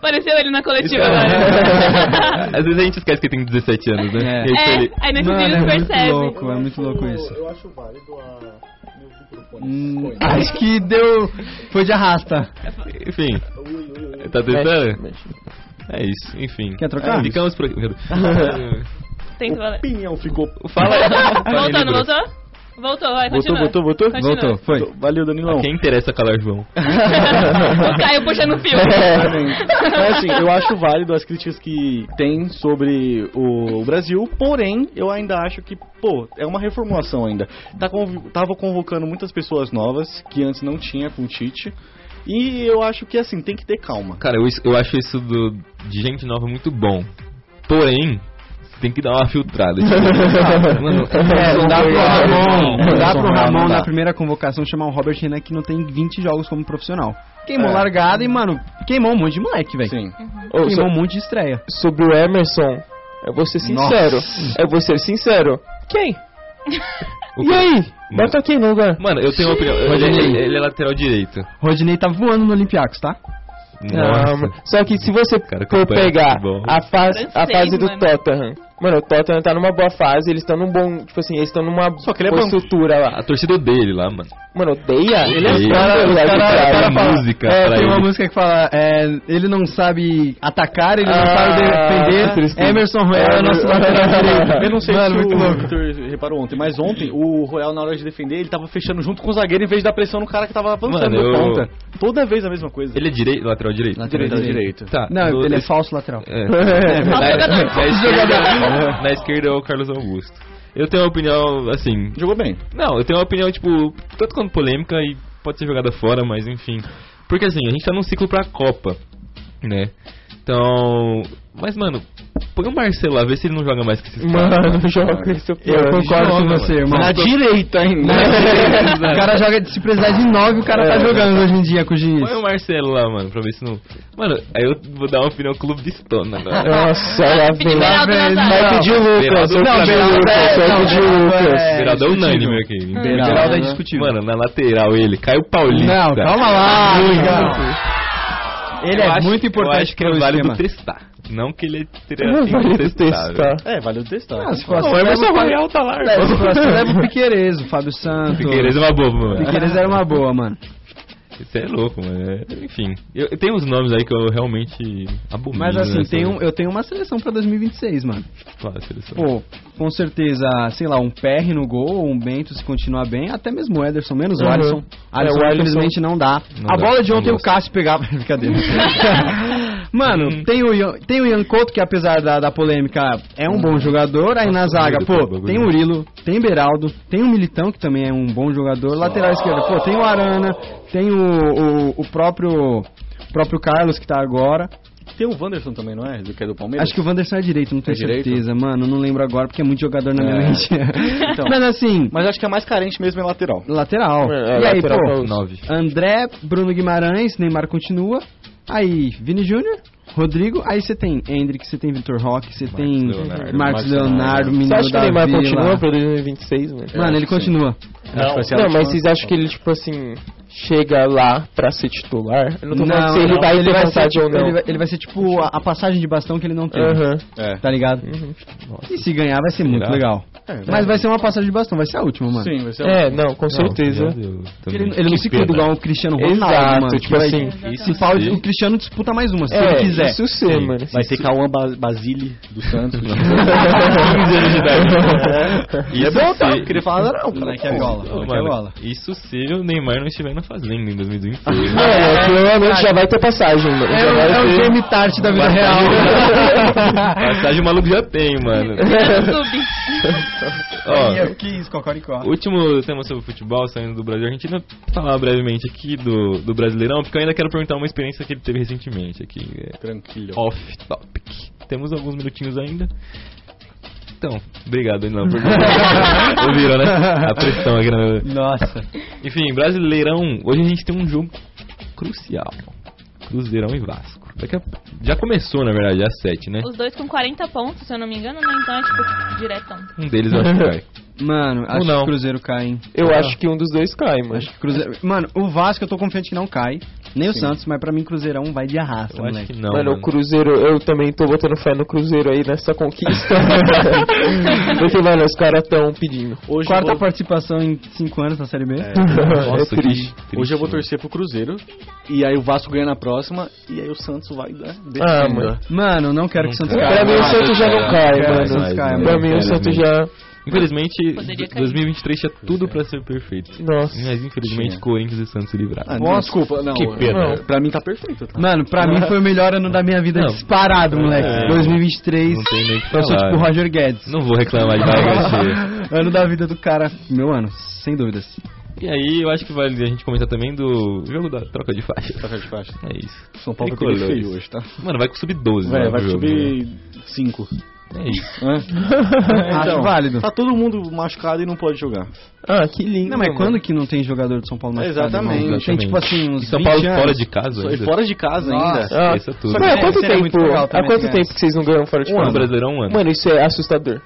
[SPEAKER 2] Pareceu ele na coletiva
[SPEAKER 5] é
[SPEAKER 2] agora.
[SPEAKER 5] Então, Às vezes a gente esquece que ele tem 17 anos, né?
[SPEAKER 8] né? É.
[SPEAKER 5] E aí, tipo, ele-
[SPEAKER 2] É, aí nesses
[SPEAKER 8] Mano, é
[SPEAKER 2] vídeos
[SPEAKER 8] muito
[SPEAKER 2] percebe.
[SPEAKER 8] louco, é muito louco isso.
[SPEAKER 11] Eu acho válido a. Meu microfone.
[SPEAKER 8] Hum, acho que deu. Foi de arrasta.
[SPEAKER 5] Enfim. Tá tentando? É isso, enfim.
[SPEAKER 8] Quer trocar?
[SPEAKER 5] É, ficamos por aqui.
[SPEAKER 2] Tem que valer.
[SPEAKER 4] Pinhão ficou.
[SPEAKER 5] Fala
[SPEAKER 2] Voltou, não voltou? Voltou, vai,
[SPEAKER 4] Voltou,
[SPEAKER 2] continua.
[SPEAKER 4] voltou, voltou?
[SPEAKER 2] Continua.
[SPEAKER 8] Voltou, foi.
[SPEAKER 4] Valeu, Danilão.
[SPEAKER 5] Quem interessa calar João?
[SPEAKER 2] o Caio puxando o fio.
[SPEAKER 4] É, Mas assim, eu acho válido as críticas que tem sobre o Brasil, porém, eu ainda acho que, pô, é uma reformulação ainda. Tá conv- tava convocando muitas pessoas novas que antes não tinha com o Tite. E eu acho que assim, tem que ter calma.
[SPEAKER 5] Cara, eu, eu acho isso do, de gente nova muito bom. Porém, você tem que dar uma filtrada. Tipo, mano,
[SPEAKER 8] É, não dá pro Ramon, não dá pro
[SPEAKER 4] Não dá,
[SPEAKER 8] Ramon
[SPEAKER 4] não dá.
[SPEAKER 8] na primeira convocação chamar o Robert Renan que não tem 20 jogos como profissional. Queimou
[SPEAKER 4] É.
[SPEAKER 8] largada e, mano, queimou um monte de moleque, velho.
[SPEAKER 4] Sim.
[SPEAKER 6] Ô,
[SPEAKER 8] Queimou
[SPEAKER 6] so-
[SPEAKER 8] um monte de estreia.
[SPEAKER 6] sobre o Emerson, eu vou ser sincero. Eu vou ser sincero. Quem?
[SPEAKER 5] o-
[SPEAKER 6] E aí? Bota quem no lugar?
[SPEAKER 5] Mano, eu tenho uma opinião.
[SPEAKER 8] Mas
[SPEAKER 5] Ele,
[SPEAKER 8] ele-
[SPEAKER 5] ele é lateral direito.
[SPEAKER 8] Rodinei tá voando no Olympiacos, tá?
[SPEAKER 6] Não,
[SPEAKER 5] Nossa.
[SPEAKER 6] mano. Só que se você
[SPEAKER 5] Cara,
[SPEAKER 6] for
[SPEAKER 5] acompanha
[SPEAKER 6] pegar
[SPEAKER 5] futebol.
[SPEAKER 6] a fase, a
[SPEAKER 2] Francês,
[SPEAKER 6] fase do
[SPEAKER 2] mano.
[SPEAKER 6] Tottenham. Mano, o Tottenham tá numa boa fase, eles estão num bom. Tipo assim, eles estão numa
[SPEAKER 4] Só que ele é
[SPEAKER 6] boa
[SPEAKER 4] banco.
[SPEAKER 6] estrutura
[SPEAKER 5] A
[SPEAKER 6] lá.
[SPEAKER 5] torcida dele lá, mano.
[SPEAKER 6] Mano, odeia.
[SPEAKER 5] Ele é
[SPEAKER 6] Odeia.
[SPEAKER 5] cara-
[SPEAKER 6] Ele é
[SPEAKER 5] cara-
[SPEAKER 6] arbitrado.
[SPEAKER 5] cara fala- música
[SPEAKER 8] É,
[SPEAKER 6] Tá
[SPEAKER 5] pra
[SPEAKER 8] tem uma
[SPEAKER 5] ele.
[SPEAKER 8] música que fala, é, ele não sabe atacar, ele não
[SPEAKER 6] Ah,
[SPEAKER 8] sabe defender.
[SPEAKER 6] tristeza.
[SPEAKER 8] Emerson Royal é o nosso
[SPEAKER 6] Ah,
[SPEAKER 8] lateral direito.
[SPEAKER 4] Eu não sei
[SPEAKER 8] Mano,
[SPEAKER 4] se
[SPEAKER 8] muito
[SPEAKER 4] o
[SPEAKER 8] louco.
[SPEAKER 4] Victor reparou ontem, mas ontem o Royal, na hora de defender, ele tava fechando junto com o zagueiro em vez de dar pressão no cara que tava avançando
[SPEAKER 5] Mano,
[SPEAKER 4] na
[SPEAKER 5] eu-
[SPEAKER 4] ponta. Toda vez a mesma coisa.
[SPEAKER 5] Ele é direito, lateral direito?
[SPEAKER 8] Lateral
[SPEAKER 4] direito.
[SPEAKER 5] Tá.
[SPEAKER 8] Não,
[SPEAKER 5] no-
[SPEAKER 8] ele é
[SPEAKER 5] esse-
[SPEAKER 8] falso lateral.
[SPEAKER 5] É. Na, na esquerda, na esquerda é o Carlos Augusto. Eu tenho uma opinião, assim.
[SPEAKER 4] Jogou bem.
[SPEAKER 5] Não, eu tenho uma opinião, tipo, tanto quanto polêmica e pode ser jogada fora, mas enfim. Porque assim, a gente tá num ciclo pra Copa, né? Então. Mas, mano, põe o Marcelo lá, vê se ele não joga mais que esses
[SPEAKER 6] Mano, joga esse
[SPEAKER 8] Eu concordo com você, irmão.
[SPEAKER 4] Na direita ainda.
[SPEAKER 8] o cara joga, se precisar de 9, o cara tá jogando hoje em dia com o Diniz.
[SPEAKER 5] Põe o Marcelo lá, mano, pra ver se não. Mano, aí eu vou dar uma opinião clubistona agora.
[SPEAKER 6] Nossa, lá vem lá.
[SPEAKER 2] Beraldo
[SPEAKER 6] vem-
[SPEAKER 2] Nazário.
[SPEAKER 6] Vai pedir o Lucas,
[SPEAKER 5] Beraldo
[SPEAKER 6] vai pedir o Lucas, vai
[SPEAKER 8] não,
[SPEAKER 6] pedir o
[SPEAKER 8] Beraldo
[SPEAKER 6] Lucas.
[SPEAKER 8] é-
[SPEAKER 5] Geraldo é
[SPEAKER 8] discutível.
[SPEAKER 5] unânime aqui.
[SPEAKER 8] Beraldo,
[SPEAKER 5] Geraldo é
[SPEAKER 8] né?
[SPEAKER 5] discutível. Mano, na lateral ele, caiu Paulista.
[SPEAKER 8] Não, calma lá,
[SPEAKER 5] cara.
[SPEAKER 8] Ele
[SPEAKER 5] Eu
[SPEAKER 8] é
[SPEAKER 5] acho-
[SPEAKER 8] muito importante
[SPEAKER 5] Eu acho que
[SPEAKER 8] pro
[SPEAKER 5] é
[SPEAKER 8] esquema.
[SPEAKER 5] válido testar. Não que ele assim teria
[SPEAKER 6] Não vale
[SPEAKER 5] testar.
[SPEAKER 6] testar.
[SPEAKER 4] É, valeu testar.
[SPEAKER 8] Ah, se for assim,
[SPEAKER 6] é
[SPEAKER 5] O
[SPEAKER 8] leva
[SPEAKER 5] Emerson
[SPEAKER 8] o-
[SPEAKER 5] Royal tá lá,
[SPEAKER 8] leva- se
[SPEAKER 5] irmão.
[SPEAKER 8] for assim, Leva o Piqueires, o Fábio Santos.
[SPEAKER 5] Figueiredo é uma boba, mano.
[SPEAKER 8] Piqueires era uma boa, mano.
[SPEAKER 5] Isso é louco, mano. É, Enfim, eu, eu- tem uns nomes aí que eu realmente abomino.
[SPEAKER 8] Mas assim,
[SPEAKER 5] né,
[SPEAKER 8] tem
[SPEAKER 5] sabe?
[SPEAKER 8] um, eu tenho uma seleção pra 2026, mano.
[SPEAKER 5] Claro, seleção.
[SPEAKER 8] Pô, com certeza, sei lá, um PR no gol, ou um Bento se continuar bem, até mesmo o Ederson, menos o
[SPEAKER 5] Uhum.
[SPEAKER 8] Alisson. Alisson,
[SPEAKER 5] É, o Alisson-
[SPEAKER 8] infelizmente, não dá.
[SPEAKER 5] Não
[SPEAKER 8] a
[SPEAKER 5] dá,
[SPEAKER 8] bola de
[SPEAKER 5] não
[SPEAKER 8] ontem o
[SPEAKER 5] gosto.
[SPEAKER 8] Cássio pegava. Brincadeira. Mano,
[SPEAKER 5] Uhum.
[SPEAKER 8] tem, o Ian, tem o Ian Couto, que apesar da, da polêmica é um bom jogador. Aí na
[SPEAKER 5] Uhum. Nossa,
[SPEAKER 8] zaga,
[SPEAKER 5] o
[SPEAKER 8] pô,
[SPEAKER 5] Murilo, pô,
[SPEAKER 8] tem o Murilo, tem Beraldo, tem o Militão, que também é um bom jogador. Lateral esquerdo, pô, tem o Arana, tem o, o, o próprio, o próprio Carlos, que tá agora.
[SPEAKER 4] Tem o Wanderson também, não é? Do que é do Palmeiras?
[SPEAKER 8] Acho que o Wanderson é direito, não tenho
[SPEAKER 4] direito?
[SPEAKER 8] certeza, mano. Não lembro agora porque é muito jogador na minha mente.
[SPEAKER 4] Então.
[SPEAKER 8] Mas assim,
[SPEAKER 4] Mas acho que é mais carente mesmo é lateral.
[SPEAKER 8] lateral.
[SPEAKER 5] É,
[SPEAKER 8] e aí,
[SPEAKER 5] lateral
[SPEAKER 8] pô,
[SPEAKER 5] pra os nove.
[SPEAKER 8] André, Bruno Guimarães, Neymar continua. Aí, Vini Júnior, Rodrigo. Aí você tem Hendrick, você tem Vitor Roque, você tem
[SPEAKER 5] Leonardo,
[SPEAKER 8] Marcos
[SPEAKER 5] Marcos
[SPEAKER 8] Leonardo,
[SPEAKER 5] Leonardo.
[SPEAKER 8] menino
[SPEAKER 6] Você acha que
[SPEAKER 8] da
[SPEAKER 6] o Neymar
[SPEAKER 8] Vila.
[SPEAKER 6] continua pra 2026, mano?
[SPEAKER 8] Mano, ele continua.
[SPEAKER 4] Acho que vai ser
[SPEAKER 6] Não,
[SPEAKER 4] a
[SPEAKER 6] mas
[SPEAKER 4] última.
[SPEAKER 6] vocês acham que ele, tipo assim, chega lá pra ser titular? Eu não tô falando
[SPEAKER 8] Não,
[SPEAKER 6] se ele
[SPEAKER 8] não,
[SPEAKER 6] vai ter
[SPEAKER 8] ser,
[SPEAKER 6] vontade
[SPEAKER 8] tipo,
[SPEAKER 6] ou não.
[SPEAKER 8] ele vai- ele vai ser tipo a, a passagem de bastão que ele não teve.
[SPEAKER 6] Aham. Uhum.
[SPEAKER 4] É.
[SPEAKER 8] Tá ligado? E se ganhar vai ser muito
[SPEAKER 5] Será?
[SPEAKER 8] legal. Mas vai ser uma passagem de bastão, vai ser a última, mano.
[SPEAKER 4] Sim, vai ser um- a
[SPEAKER 6] É, não, com certeza.
[SPEAKER 5] Não, já deu
[SPEAKER 8] Porque
[SPEAKER 5] também.
[SPEAKER 8] Ele, ele não se
[SPEAKER 5] Que
[SPEAKER 8] cuida
[SPEAKER 5] pena.
[SPEAKER 8] igual o Cristiano Ronaldo,
[SPEAKER 6] Exato,
[SPEAKER 8] mano.
[SPEAKER 6] tipo assim.
[SPEAKER 8] Se pau, o Cristiano disputa mais uma, se
[SPEAKER 6] é,
[SPEAKER 8] ele quiser.
[SPEAKER 6] isso sim, mano.
[SPEAKER 4] Vai ter Cauã Ba- Basile do Santos.
[SPEAKER 5] 15 anos de idade.
[SPEAKER 4] E é bom, tá?
[SPEAKER 5] se-
[SPEAKER 4] Não queria falar nada não. cara.
[SPEAKER 8] que é bola,
[SPEAKER 5] Ô,
[SPEAKER 8] que é
[SPEAKER 5] mano,
[SPEAKER 8] bola.
[SPEAKER 5] Isso se o Neymar não estiver na fazenda em 2026.
[SPEAKER 6] É, é, um provavelmente já vai ter passagem, mano.
[SPEAKER 8] É,
[SPEAKER 6] já
[SPEAKER 8] o-
[SPEAKER 6] vai
[SPEAKER 8] é o
[SPEAKER 6] ter...
[SPEAKER 8] Jamie Tart da vida real.
[SPEAKER 5] Passagem o maluco já tem, mano. Ó,
[SPEAKER 8] quis, cocoricó.
[SPEAKER 5] último tema sobre futebol saindo do Brasil e Argentina. Falar tá brevemente aqui do, do Brasileirão, porque eu ainda quero perguntar uma experiência que ele teve recentemente aqui. é,
[SPEAKER 4] Tranquilo.
[SPEAKER 5] off topic. Temos alguns minutinhos ainda. Então, obrigado, Danilão, por Ouviram, né? A pressão aqui na.
[SPEAKER 8] Nossa.
[SPEAKER 5] Enfim, Brasileirão, hoje a gente tem um jogo crucial. Cruzeirão e Vasco. Daqui a- Já começou, na verdade, às 7, né?
[SPEAKER 2] Os dois com 40 pontos, se eu não me engano, né? Então é tipo diretão.
[SPEAKER 5] Um deles eu acho que vai.
[SPEAKER 8] Mano, acho
[SPEAKER 5] não.
[SPEAKER 8] que o Cruzeiro cai, hein.
[SPEAKER 6] Eu acho que um dos dois cai, mano.
[SPEAKER 8] Acho que o Cruzeiro... Mano, o Vasco eu tô confiante que não cai. Nem o Santos, mas pra mim Cruzeirão vai de arrasta,
[SPEAKER 5] Eu acho
[SPEAKER 8] moleque.
[SPEAKER 5] que não.
[SPEAKER 6] mano, o
[SPEAKER 5] mano.
[SPEAKER 6] Cruzeiro, eu também tô botando fé no Cruzeiro aí nessa conquista. Porque, mano, os caras tão pedindo.
[SPEAKER 4] Hoje eu
[SPEAKER 8] Quarta
[SPEAKER 4] vou-
[SPEAKER 8] participação em cinco anos na Série B.
[SPEAKER 5] Nossa, que
[SPEAKER 6] é triste. né?
[SPEAKER 4] Hoje eu vou
[SPEAKER 5] mano.
[SPEAKER 4] torcer pro Cruzeiro. E aí o Vasco ganha na próxima. E aí o Santos vai né? dar.
[SPEAKER 6] Ah, mano.
[SPEAKER 8] Mano, não quero que o Santos
[SPEAKER 5] quero.
[SPEAKER 8] caia.
[SPEAKER 6] Pra mim o Santos já não cai,
[SPEAKER 8] Cara,
[SPEAKER 6] mano.
[SPEAKER 8] Santos cai,
[SPEAKER 6] Pra
[SPEAKER 8] mano.
[SPEAKER 6] mim o Santos já.
[SPEAKER 5] Infelizmente,
[SPEAKER 2] Poderia cair.
[SPEAKER 5] 2023 tinha tudo pra ser perfeito.
[SPEAKER 6] Nossa.
[SPEAKER 5] Mas infelizmente,
[SPEAKER 4] Tinha.
[SPEAKER 5] Corinthians e Santos se livraram.
[SPEAKER 4] Ah, não, desculpa, não.
[SPEAKER 5] Que pena.
[SPEAKER 4] Não, Pra mim tá perfeito. Tá?
[SPEAKER 8] Mano, pra mim foi o melhor ano da minha vida
[SPEAKER 5] Não.
[SPEAKER 8] disparado, moleque.
[SPEAKER 5] É.
[SPEAKER 8] 2023.
[SPEAKER 5] Não tem nem o que
[SPEAKER 8] Eu sou
[SPEAKER 5] falar,
[SPEAKER 8] tipo o
[SPEAKER 5] né?
[SPEAKER 8] Roger Guedes.
[SPEAKER 5] Não vou reclamar de barriga cheia.
[SPEAKER 8] ano da vida do cara. Meu ano, sem dúvidas.
[SPEAKER 5] E aí, eu acho que vale a gente comentar também do jogo da troca de faixa.
[SPEAKER 4] Troca Tá de faixa.
[SPEAKER 5] É isso.
[SPEAKER 4] São Paulo vai
[SPEAKER 5] Tricolores.
[SPEAKER 4] pegar feio hoje, tá?
[SPEAKER 5] Mano, vai subir 12.
[SPEAKER 4] Vai,
[SPEAKER 5] mano,
[SPEAKER 4] vai
[SPEAKER 5] pro né, jogo,
[SPEAKER 4] subir 5.
[SPEAKER 5] né? É isso.
[SPEAKER 8] Acho válido.
[SPEAKER 4] Tá todo mundo machucado e não pode jogar.
[SPEAKER 6] Ah, que lindo.
[SPEAKER 8] Não, mas
[SPEAKER 6] mano.
[SPEAKER 8] quando que não tem jogador de São Paulo mais
[SPEAKER 4] Exatamente.
[SPEAKER 8] Tem tipo assim, uns
[SPEAKER 5] E São Paulo
[SPEAKER 8] 20 anos.
[SPEAKER 5] fora de casa.
[SPEAKER 4] E
[SPEAKER 5] ainda.
[SPEAKER 4] fora de casa ainda.
[SPEAKER 6] Ah,
[SPEAKER 5] Esqueça tudo.
[SPEAKER 6] Mano, há
[SPEAKER 8] É,
[SPEAKER 6] quanto
[SPEAKER 8] seria muito
[SPEAKER 6] tempo?
[SPEAKER 8] legal
[SPEAKER 6] Há
[SPEAKER 8] também
[SPEAKER 6] quanto
[SPEAKER 8] se ganhasse.
[SPEAKER 6] tempo que vocês não ganham fora de
[SPEAKER 5] Um ano
[SPEAKER 6] casa?
[SPEAKER 5] brasileirão, um ano.
[SPEAKER 6] né? Mano, isso é assustador.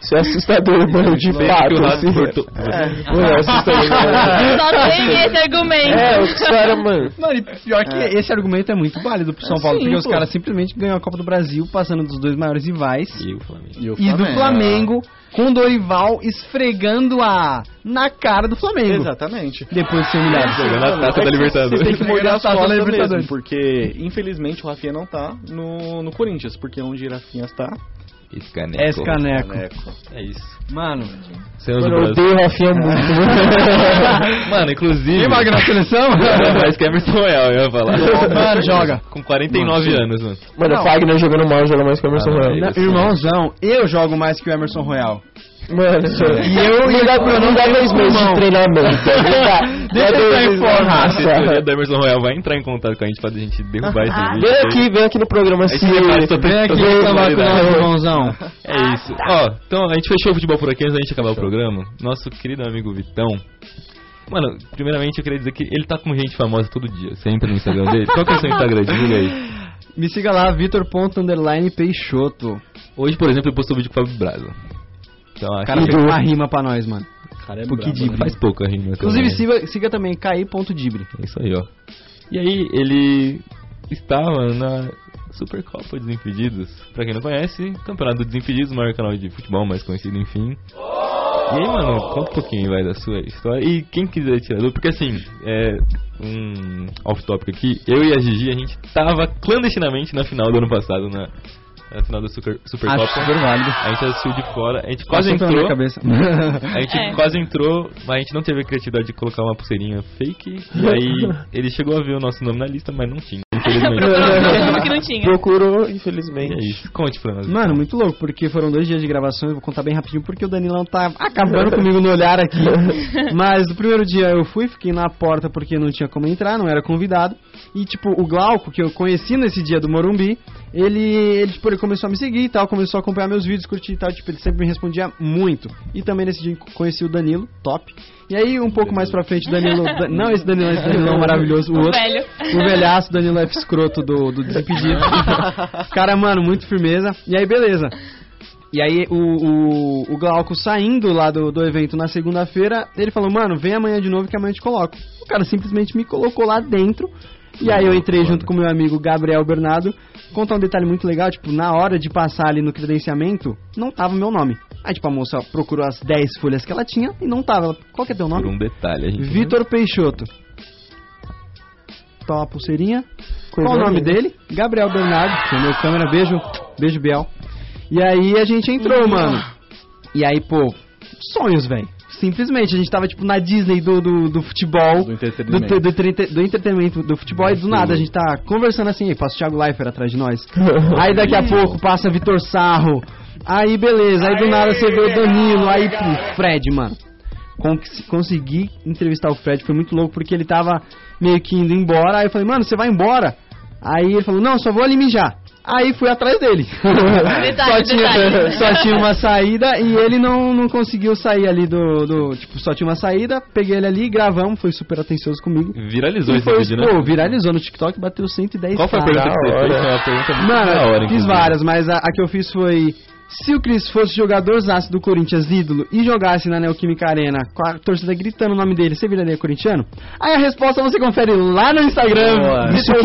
[SPEAKER 6] Isso é assustador, mano, de
[SPEAKER 5] Desde que o
[SPEAKER 6] fato.
[SPEAKER 5] Rato
[SPEAKER 6] assim.
[SPEAKER 5] cortou.
[SPEAKER 6] Mano, é assustador. mano.
[SPEAKER 2] Só tem esse argumento.
[SPEAKER 6] É, os caras, mano.
[SPEAKER 8] Mano, e pior que esse argumento é muito válido pro São Paulo, porque os caras simplesmente ganham a Copa do Brasil passando dos dois maiores rivais.
[SPEAKER 5] E o Flamengo.
[SPEAKER 4] E, o
[SPEAKER 8] E do Flamengo, com o Dorival esfregando a na cara do Flamengo.
[SPEAKER 4] Exatamente.
[SPEAKER 8] Depois de ser humilhado.
[SPEAKER 5] Jogando a taça da
[SPEAKER 4] Vocês têm que
[SPEAKER 5] Libertadores.
[SPEAKER 4] morrer
[SPEAKER 8] Ganhar
[SPEAKER 4] as
[SPEAKER 8] a taça da
[SPEAKER 4] costas mesmo,
[SPEAKER 8] Libertadores.
[SPEAKER 4] porque infelizmente o Rafinha não tá no, no Corinthians, porque onde o Rafinha tá,
[SPEAKER 5] Esse caneco.
[SPEAKER 8] Esse caneco.
[SPEAKER 5] É isso.
[SPEAKER 8] Mano,
[SPEAKER 5] Senhor
[SPEAKER 6] Mano, eu
[SPEAKER 5] do Brasil.
[SPEAKER 6] odeio o Rafinha muito.
[SPEAKER 5] Mano, inclusive.
[SPEAKER 8] quem vai ganhar a seleção?
[SPEAKER 5] Parece que é Emerson Royal, eu ia falar.
[SPEAKER 8] Mano, joga.
[SPEAKER 5] Com 49 anos, mano.
[SPEAKER 6] Mano, o Fagner jogando mal, joga mais que o Emerson
[SPEAKER 5] Ah, não,
[SPEAKER 6] Royal.
[SPEAKER 5] é isso.
[SPEAKER 8] Irmãozão, eu jogo mais que o Emerson Royal.
[SPEAKER 6] Mano, é-
[SPEAKER 8] E eu
[SPEAKER 6] não dá,
[SPEAKER 8] eu
[SPEAKER 6] não dá dois meses de treinamento. é
[SPEAKER 8] Deixa eu sair fora.
[SPEAKER 5] A diretoria do Emerson Royal vai entrar em contato com a gente pra gente derrubar
[SPEAKER 8] Ah,
[SPEAKER 5] esse vídeo.
[SPEAKER 6] Vem aqui, vem aqui no programa se.
[SPEAKER 5] Esse rapaz só tem-
[SPEAKER 8] Vem
[SPEAKER 5] só
[SPEAKER 8] aqui
[SPEAKER 5] tem
[SPEAKER 8] reclamar com nós,
[SPEAKER 5] qualidade.
[SPEAKER 8] irmãozão.
[SPEAKER 5] É isso. Ó, então a gente fechou o futebol por aqui antes da gente acabar o programa. Nosso querido amigo Vitão. Mano, primeiramente eu queria dizer que ele tá com gente famosa todo dia. Você entra no Instagram dele? Qual que é o seu Instagram? Diga aí.
[SPEAKER 8] Me siga lá, Vitor.Peixoto.
[SPEAKER 5] Hoje, por exemplo, eu postei um vídeo com o Fábio Braza. Então, acho
[SPEAKER 8] Cara,
[SPEAKER 5] que
[SPEAKER 8] fez uma rima pra nós, mano.
[SPEAKER 4] cara é
[SPEAKER 8] Pô, que
[SPEAKER 4] brabo,
[SPEAKER 8] diva.
[SPEAKER 4] né?
[SPEAKER 5] faz pouco a rima.
[SPEAKER 8] Inclusive,
[SPEAKER 5] também.
[SPEAKER 8] siga, siga também Caí.Dibre.
[SPEAKER 5] É isso aí, ó. E aí, ele estava na Supercopa Desimpedidos. Pra quem não conhece, Campeonato Desimpedidos, o maior canal de futebol mais conhecido, enfim. E aí, mano, conta um pouquinho vai, da sua história. E quem quiser tirar dúvida, porque assim, é um off-topic aqui. Eu e a Gigi, a gente tava clandestinamente na final do ano passado, na, na final da Super, Supercopa.
[SPEAKER 8] Acho super válido.
[SPEAKER 5] A gente assistiu de fora, a gente quase
[SPEAKER 8] Assunto na minha
[SPEAKER 5] entrou.
[SPEAKER 8] cabeça.
[SPEAKER 5] A gente
[SPEAKER 2] É.
[SPEAKER 5] quase entrou, mas a gente não teve a criatividade de colocar uma pulseirinha fake. E aí ele chegou a ver o nosso nome na lista, mas não tinha, infelizmente.
[SPEAKER 2] Como que não tinha.
[SPEAKER 6] Procurou,
[SPEAKER 5] e
[SPEAKER 6] infelizmente.
[SPEAKER 5] é isso. Conte pra nós.
[SPEAKER 8] Mano, muito louco, porque foram dois dias de gravação, eu vou contar bem rapidinho, porque o Danilão tá acabando comigo no olhar aqui. Mas no primeiro dia eu fui, fiquei na porta porque não tinha como entrar, não era convidado. E tipo, o Glauco, que eu conheci nesse dia do Morumbi, ele, ele, tipo, ele começou a me seguir e tal, começou a acompanhar meus vídeos, curtir e tal, tipo, ele sempre me respondia muito. E também nesse dia conheci o Danilo, top. E aí, um pouco mais pra frente, o Danilo. Dan- Não esse Danilo, esse Danilão maravilhoso, o
[SPEAKER 2] O
[SPEAKER 8] outro.
[SPEAKER 2] velho.
[SPEAKER 8] O velhaço Danilo F. Escroto do, do Desimpedido. Cara, mano, muito firmeza. E aí, beleza. E aí, o, o, o Glauco saindo lá do, do evento na segunda-feira, ele falou, mano, vem amanhã de novo que amanhã eu te coloco. O cara simplesmente me colocou lá dentro. E aí eu entrei junto com meu amigo Gabriel Bernardo. Contar um detalhe muito legal, tipo, na hora de passar ali no credenciamento, não tava o meu nome. Aí, tipo, a moça procurou as 10 folhas que ela tinha e não tava. Ela, Qual que é teu nome?
[SPEAKER 5] Por um detalhe,
[SPEAKER 4] né?
[SPEAKER 5] a gente.
[SPEAKER 8] Vitor Peixoto. Toma a pulseirinha. Qual o nome dele? Gabriel Bernardo, que é meu câmera. Beijo, beijo, Biel. E aí a gente entrou, mano. E aí, pô, sonhos, velho. Simplesmente, a gente tava, tipo, na Disney do, do, do futebol.
[SPEAKER 4] Do
[SPEAKER 8] Do,
[SPEAKER 4] entretenimento.
[SPEAKER 8] do, do, trinte- do entretenimento do futebol e do nada a gente tá conversando assim, aí passa o Thiago Leifert atrás de nós. aí daqui a pouco passa Vitor Sarro. Aí beleza, aí do nada você vê o Danilo, aí pro Fred, mano. Con- Consegui entrevistar o Fred, foi muito louco porque ele tava meio que indo embora. Aí eu falei, mano, você vai embora? Aí ele falou, não, só vou ali mijar. Aí fui atrás dele. só,
[SPEAKER 2] Detalhe,
[SPEAKER 8] tinha,
[SPEAKER 2] detalhe.
[SPEAKER 8] só tinha uma saída e ele não, não conseguiu sair ali do, do. Tipo, só tinha uma saída. Peguei ele ali, gravamos, foi super atencioso comigo.
[SPEAKER 5] Viralizou
[SPEAKER 8] E
[SPEAKER 5] esse
[SPEAKER 8] foi,
[SPEAKER 5] vídeo, né?
[SPEAKER 8] pô, viralizou no TikTok, bateu 110
[SPEAKER 5] Qual foi a
[SPEAKER 8] k.
[SPEAKER 5] pergunta que você fez? Foi uma pergunta é muito
[SPEAKER 8] Mano,
[SPEAKER 5] da hora,
[SPEAKER 8] fiz
[SPEAKER 5] inclusive.
[SPEAKER 8] várias, mas a, a que eu fiz foi. Se o Cris fosse jogador zaço do Corinthians ídolo e jogasse na Neoquímica Arena com a torcida gritando o nome dele, você viraria corintiano? Aí a resposta você confere lá no Instagram. Isso que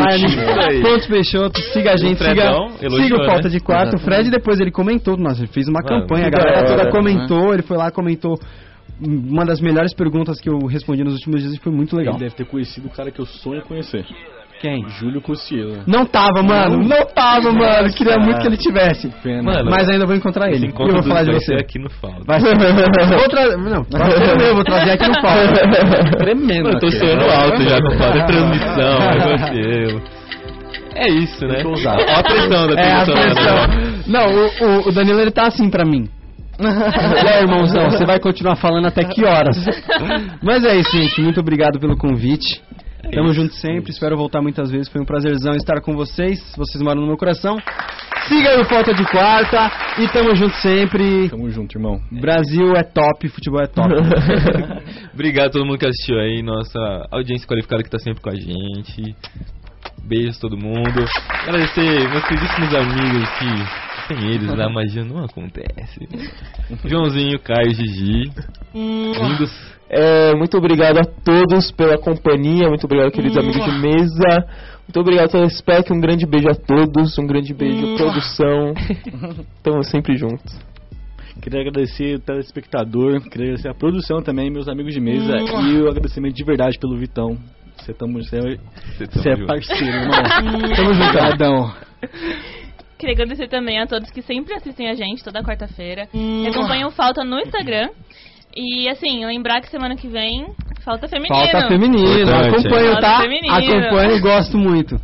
[SPEAKER 8] é Pontos Peixoto, siga a gente,
[SPEAKER 5] O
[SPEAKER 8] siga,
[SPEAKER 5] Fredão elogiou,
[SPEAKER 8] siga o Falta
[SPEAKER 5] né?
[SPEAKER 8] de Quarto. O Fred depois ele comentou, nossa, ele fez uma
[SPEAKER 5] Mano,
[SPEAKER 8] campanha, a
[SPEAKER 5] que
[SPEAKER 8] galera
[SPEAKER 5] da hora, né?
[SPEAKER 8] toda comentou, ele foi lá comentou uma das melhores perguntas que eu respondi nos últimos dias e foi muito legal.
[SPEAKER 4] Ele deve ter conhecido o cara que eu sonho conhecer.
[SPEAKER 8] Quem?
[SPEAKER 4] Júlio Cossielo.
[SPEAKER 8] Não tava, mano. Não tava, mano. Queria muito que ele tivesse.
[SPEAKER 4] Pena.
[SPEAKER 5] Mano,
[SPEAKER 8] Mas ainda vou encontrar ele.
[SPEAKER 5] esse
[SPEAKER 8] E eu
[SPEAKER 5] encontro
[SPEAKER 8] vou
[SPEAKER 5] dos
[SPEAKER 8] falar de
[SPEAKER 5] dois
[SPEAKER 8] você.
[SPEAKER 5] é aqui no Falta.
[SPEAKER 8] Vai ser. Vou trazer. Não, vai ser o meu, vou trazer aqui no palco.
[SPEAKER 4] Tremendo.
[SPEAKER 5] Mano, eu tô
[SPEAKER 4] aqui.
[SPEAKER 5] sonhando alto já com falta de transmissão, meu Deus. É isso, né?
[SPEAKER 4] Muito ousado.
[SPEAKER 5] Ó a pressão da
[SPEAKER 8] É, a
[SPEAKER 5] transmissão. né?
[SPEAKER 8] pressão. Não, o, o- o Danilo ele tá assim pra mim. E aí, irmãozão, você vai continuar falando até que horas? Mas é isso, gente. Muito obrigado pelo convite.
[SPEAKER 5] É
[SPEAKER 8] Tamo junto sempre, espero voltar muitas vezes. Foi um prazerzão estar com vocês. Vocês moram no meu coração. Siga aí o Falta de Quarta e tamo junto sempre.
[SPEAKER 4] Tamo junto, irmão.
[SPEAKER 8] Brasil é top, futebol é top.
[SPEAKER 5] Obrigado a todo mundo que assistiu aí, nossa audiência qualificada que tá sempre com a gente. Beijos a todo mundo. Agradecer meus queridíssimos amigos que sem eles a magia não acontece. Joãozinho, Caio, Gigi. Lindos.
[SPEAKER 6] É, muito obrigado a todos pela companhia, muito obrigado, queridos amigos de mesa. Muito obrigado pelo spec, um grande beijo a todos, um grande beijo, produção. Tamo sempre juntos.
[SPEAKER 4] É, Queria agradecer o telespectador, queria agradecer a produção também, meus amigos de mesa e o agradecimento de verdade pelo Vitão. Você tamo você é- você é parceiro, irmão. Tamo junto, Adão.
[SPEAKER 2] Queria agradecer também a todos que sempre assistem a gente, toda quarta-feira. E acompanham o Falta no Instagram. E assim, lembrar que semana que vem, Falta Feminino.
[SPEAKER 8] Falta feminino,
[SPEAKER 5] Importante, é.
[SPEAKER 8] acompanho,
[SPEAKER 2] hein?
[SPEAKER 8] tá?
[SPEAKER 2] Falta feminino.
[SPEAKER 8] Acompanho, gosto muito.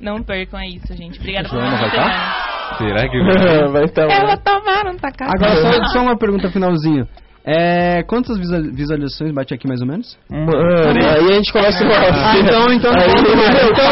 [SPEAKER 2] Não percam é isso, gente. Obrigada por
[SPEAKER 4] Joana vai
[SPEAKER 2] acompanhar.
[SPEAKER 5] Será que
[SPEAKER 6] Vai então. estar lá.
[SPEAKER 2] tomaram, tá cara.
[SPEAKER 8] Agora, só, só uma pergunta finalzinha. É, quantas visual- visualizações bate aqui mais ou menos?
[SPEAKER 6] Mano, aí a gente começa o
[SPEAKER 8] Ah, então, então, não
[SPEAKER 6] Aí-
[SPEAKER 8] volto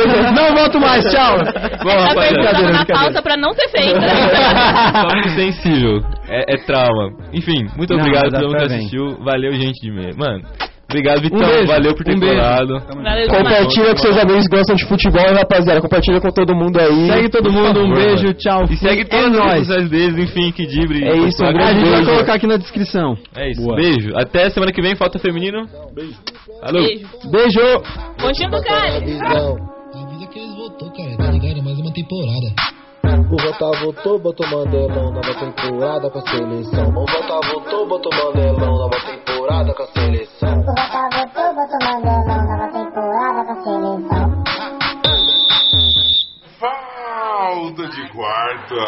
[SPEAKER 8] mais. Então não
[SPEAKER 6] Aí-
[SPEAKER 8] volto mais. Não volto mais, tchau. É
[SPEAKER 2] Essa pergunta Tá tava
[SPEAKER 8] brincadeira,
[SPEAKER 2] na
[SPEAKER 8] brincadeira.
[SPEAKER 2] pauta pra não né? ser feita.
[SPEAKER 5] Só sensível. É, é trauma. Enfim, muito
[SPEAKER 8] Não,
[SPEAKER 5] obrigado a
[SPEAKER 8] mas
[SPEAKER 5] todo mundo
[SPEAKER 8] tá
[SPEAKER 5] que
[SPEAKER 8] bem.
[SPEAKER 5] assistiu. Valeu, gente de meio. Mano, obrigado, Vitão.
[SPEAKER 8] beijo,
[SPEAKER 5] Valeu por ter
[SPEAKER 8] um beijo.
[SPEAKER 5] colado.
[SPEAKER 2] Valeu demais.
[SPEAKER 6] Compartilha com seus amigos que gostam de futebol, hein, rapaziada. Compartilha com todo mundo aí.
[SPEAKER 8] Segue todo
[SPEAKER 5] Por
[SPEAKER 8] mundo, um
[SPEAKER 5] favor,
[SPEAKER 8] beijo,
[SPEAKER 5] mano.
[SPEAKER 8] tchau.
[SPEAKER 5] E segue
[SPEAKER 8] É
[SPEAKER 5] todas as redes
[SPEAKER 8] nóis.
[SPEAKER 5] sociais deles, enfim, que dibre.
[SPEAKER 6] É isso, um
[SPEAKER 8] A
[SPEAKER 6] grande
[SPEAKER 8] gente vai
[SPEAKER 6] Beijo.
[SPEAKER 8] colocar aqui na descrição.
[SPEAKER 5] É isso.
[SPEAKER 4] Boa.
[SPEAKER 5] Beijo. Até semana que vem, falta feminino. Beijo. Alô.
[SPEAKER 2] Beijo.
[SPEAKER 8] Beijo.
[SPEAKER 2] Coxinha do Cali.
[SPEAKER 10] A vida que eles voltou, cara, tá ligado? Mais uma temporada. O Vota votou, botou Mandelão, nova temporada com a seleção. O Vota votou, botou Mandelão, nova temporada com a seleção.
[SPEAKER 12] Falta de quarta.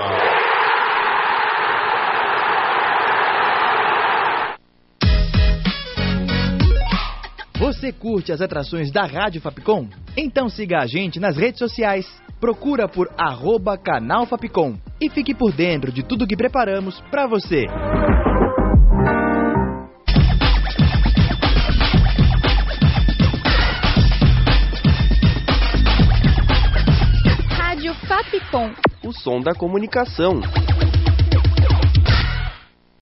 [SPEAKER 1] Você curte as atrações da Rádio Fapcom? Então siga a gente nas redes sociais, procura por arroba canal Fapcom e fique por dentro de tudo que preparamos pra você.
[SPEAKER 13] Rádio Fapcom.
[SPEAKER 3] O som da comunicação.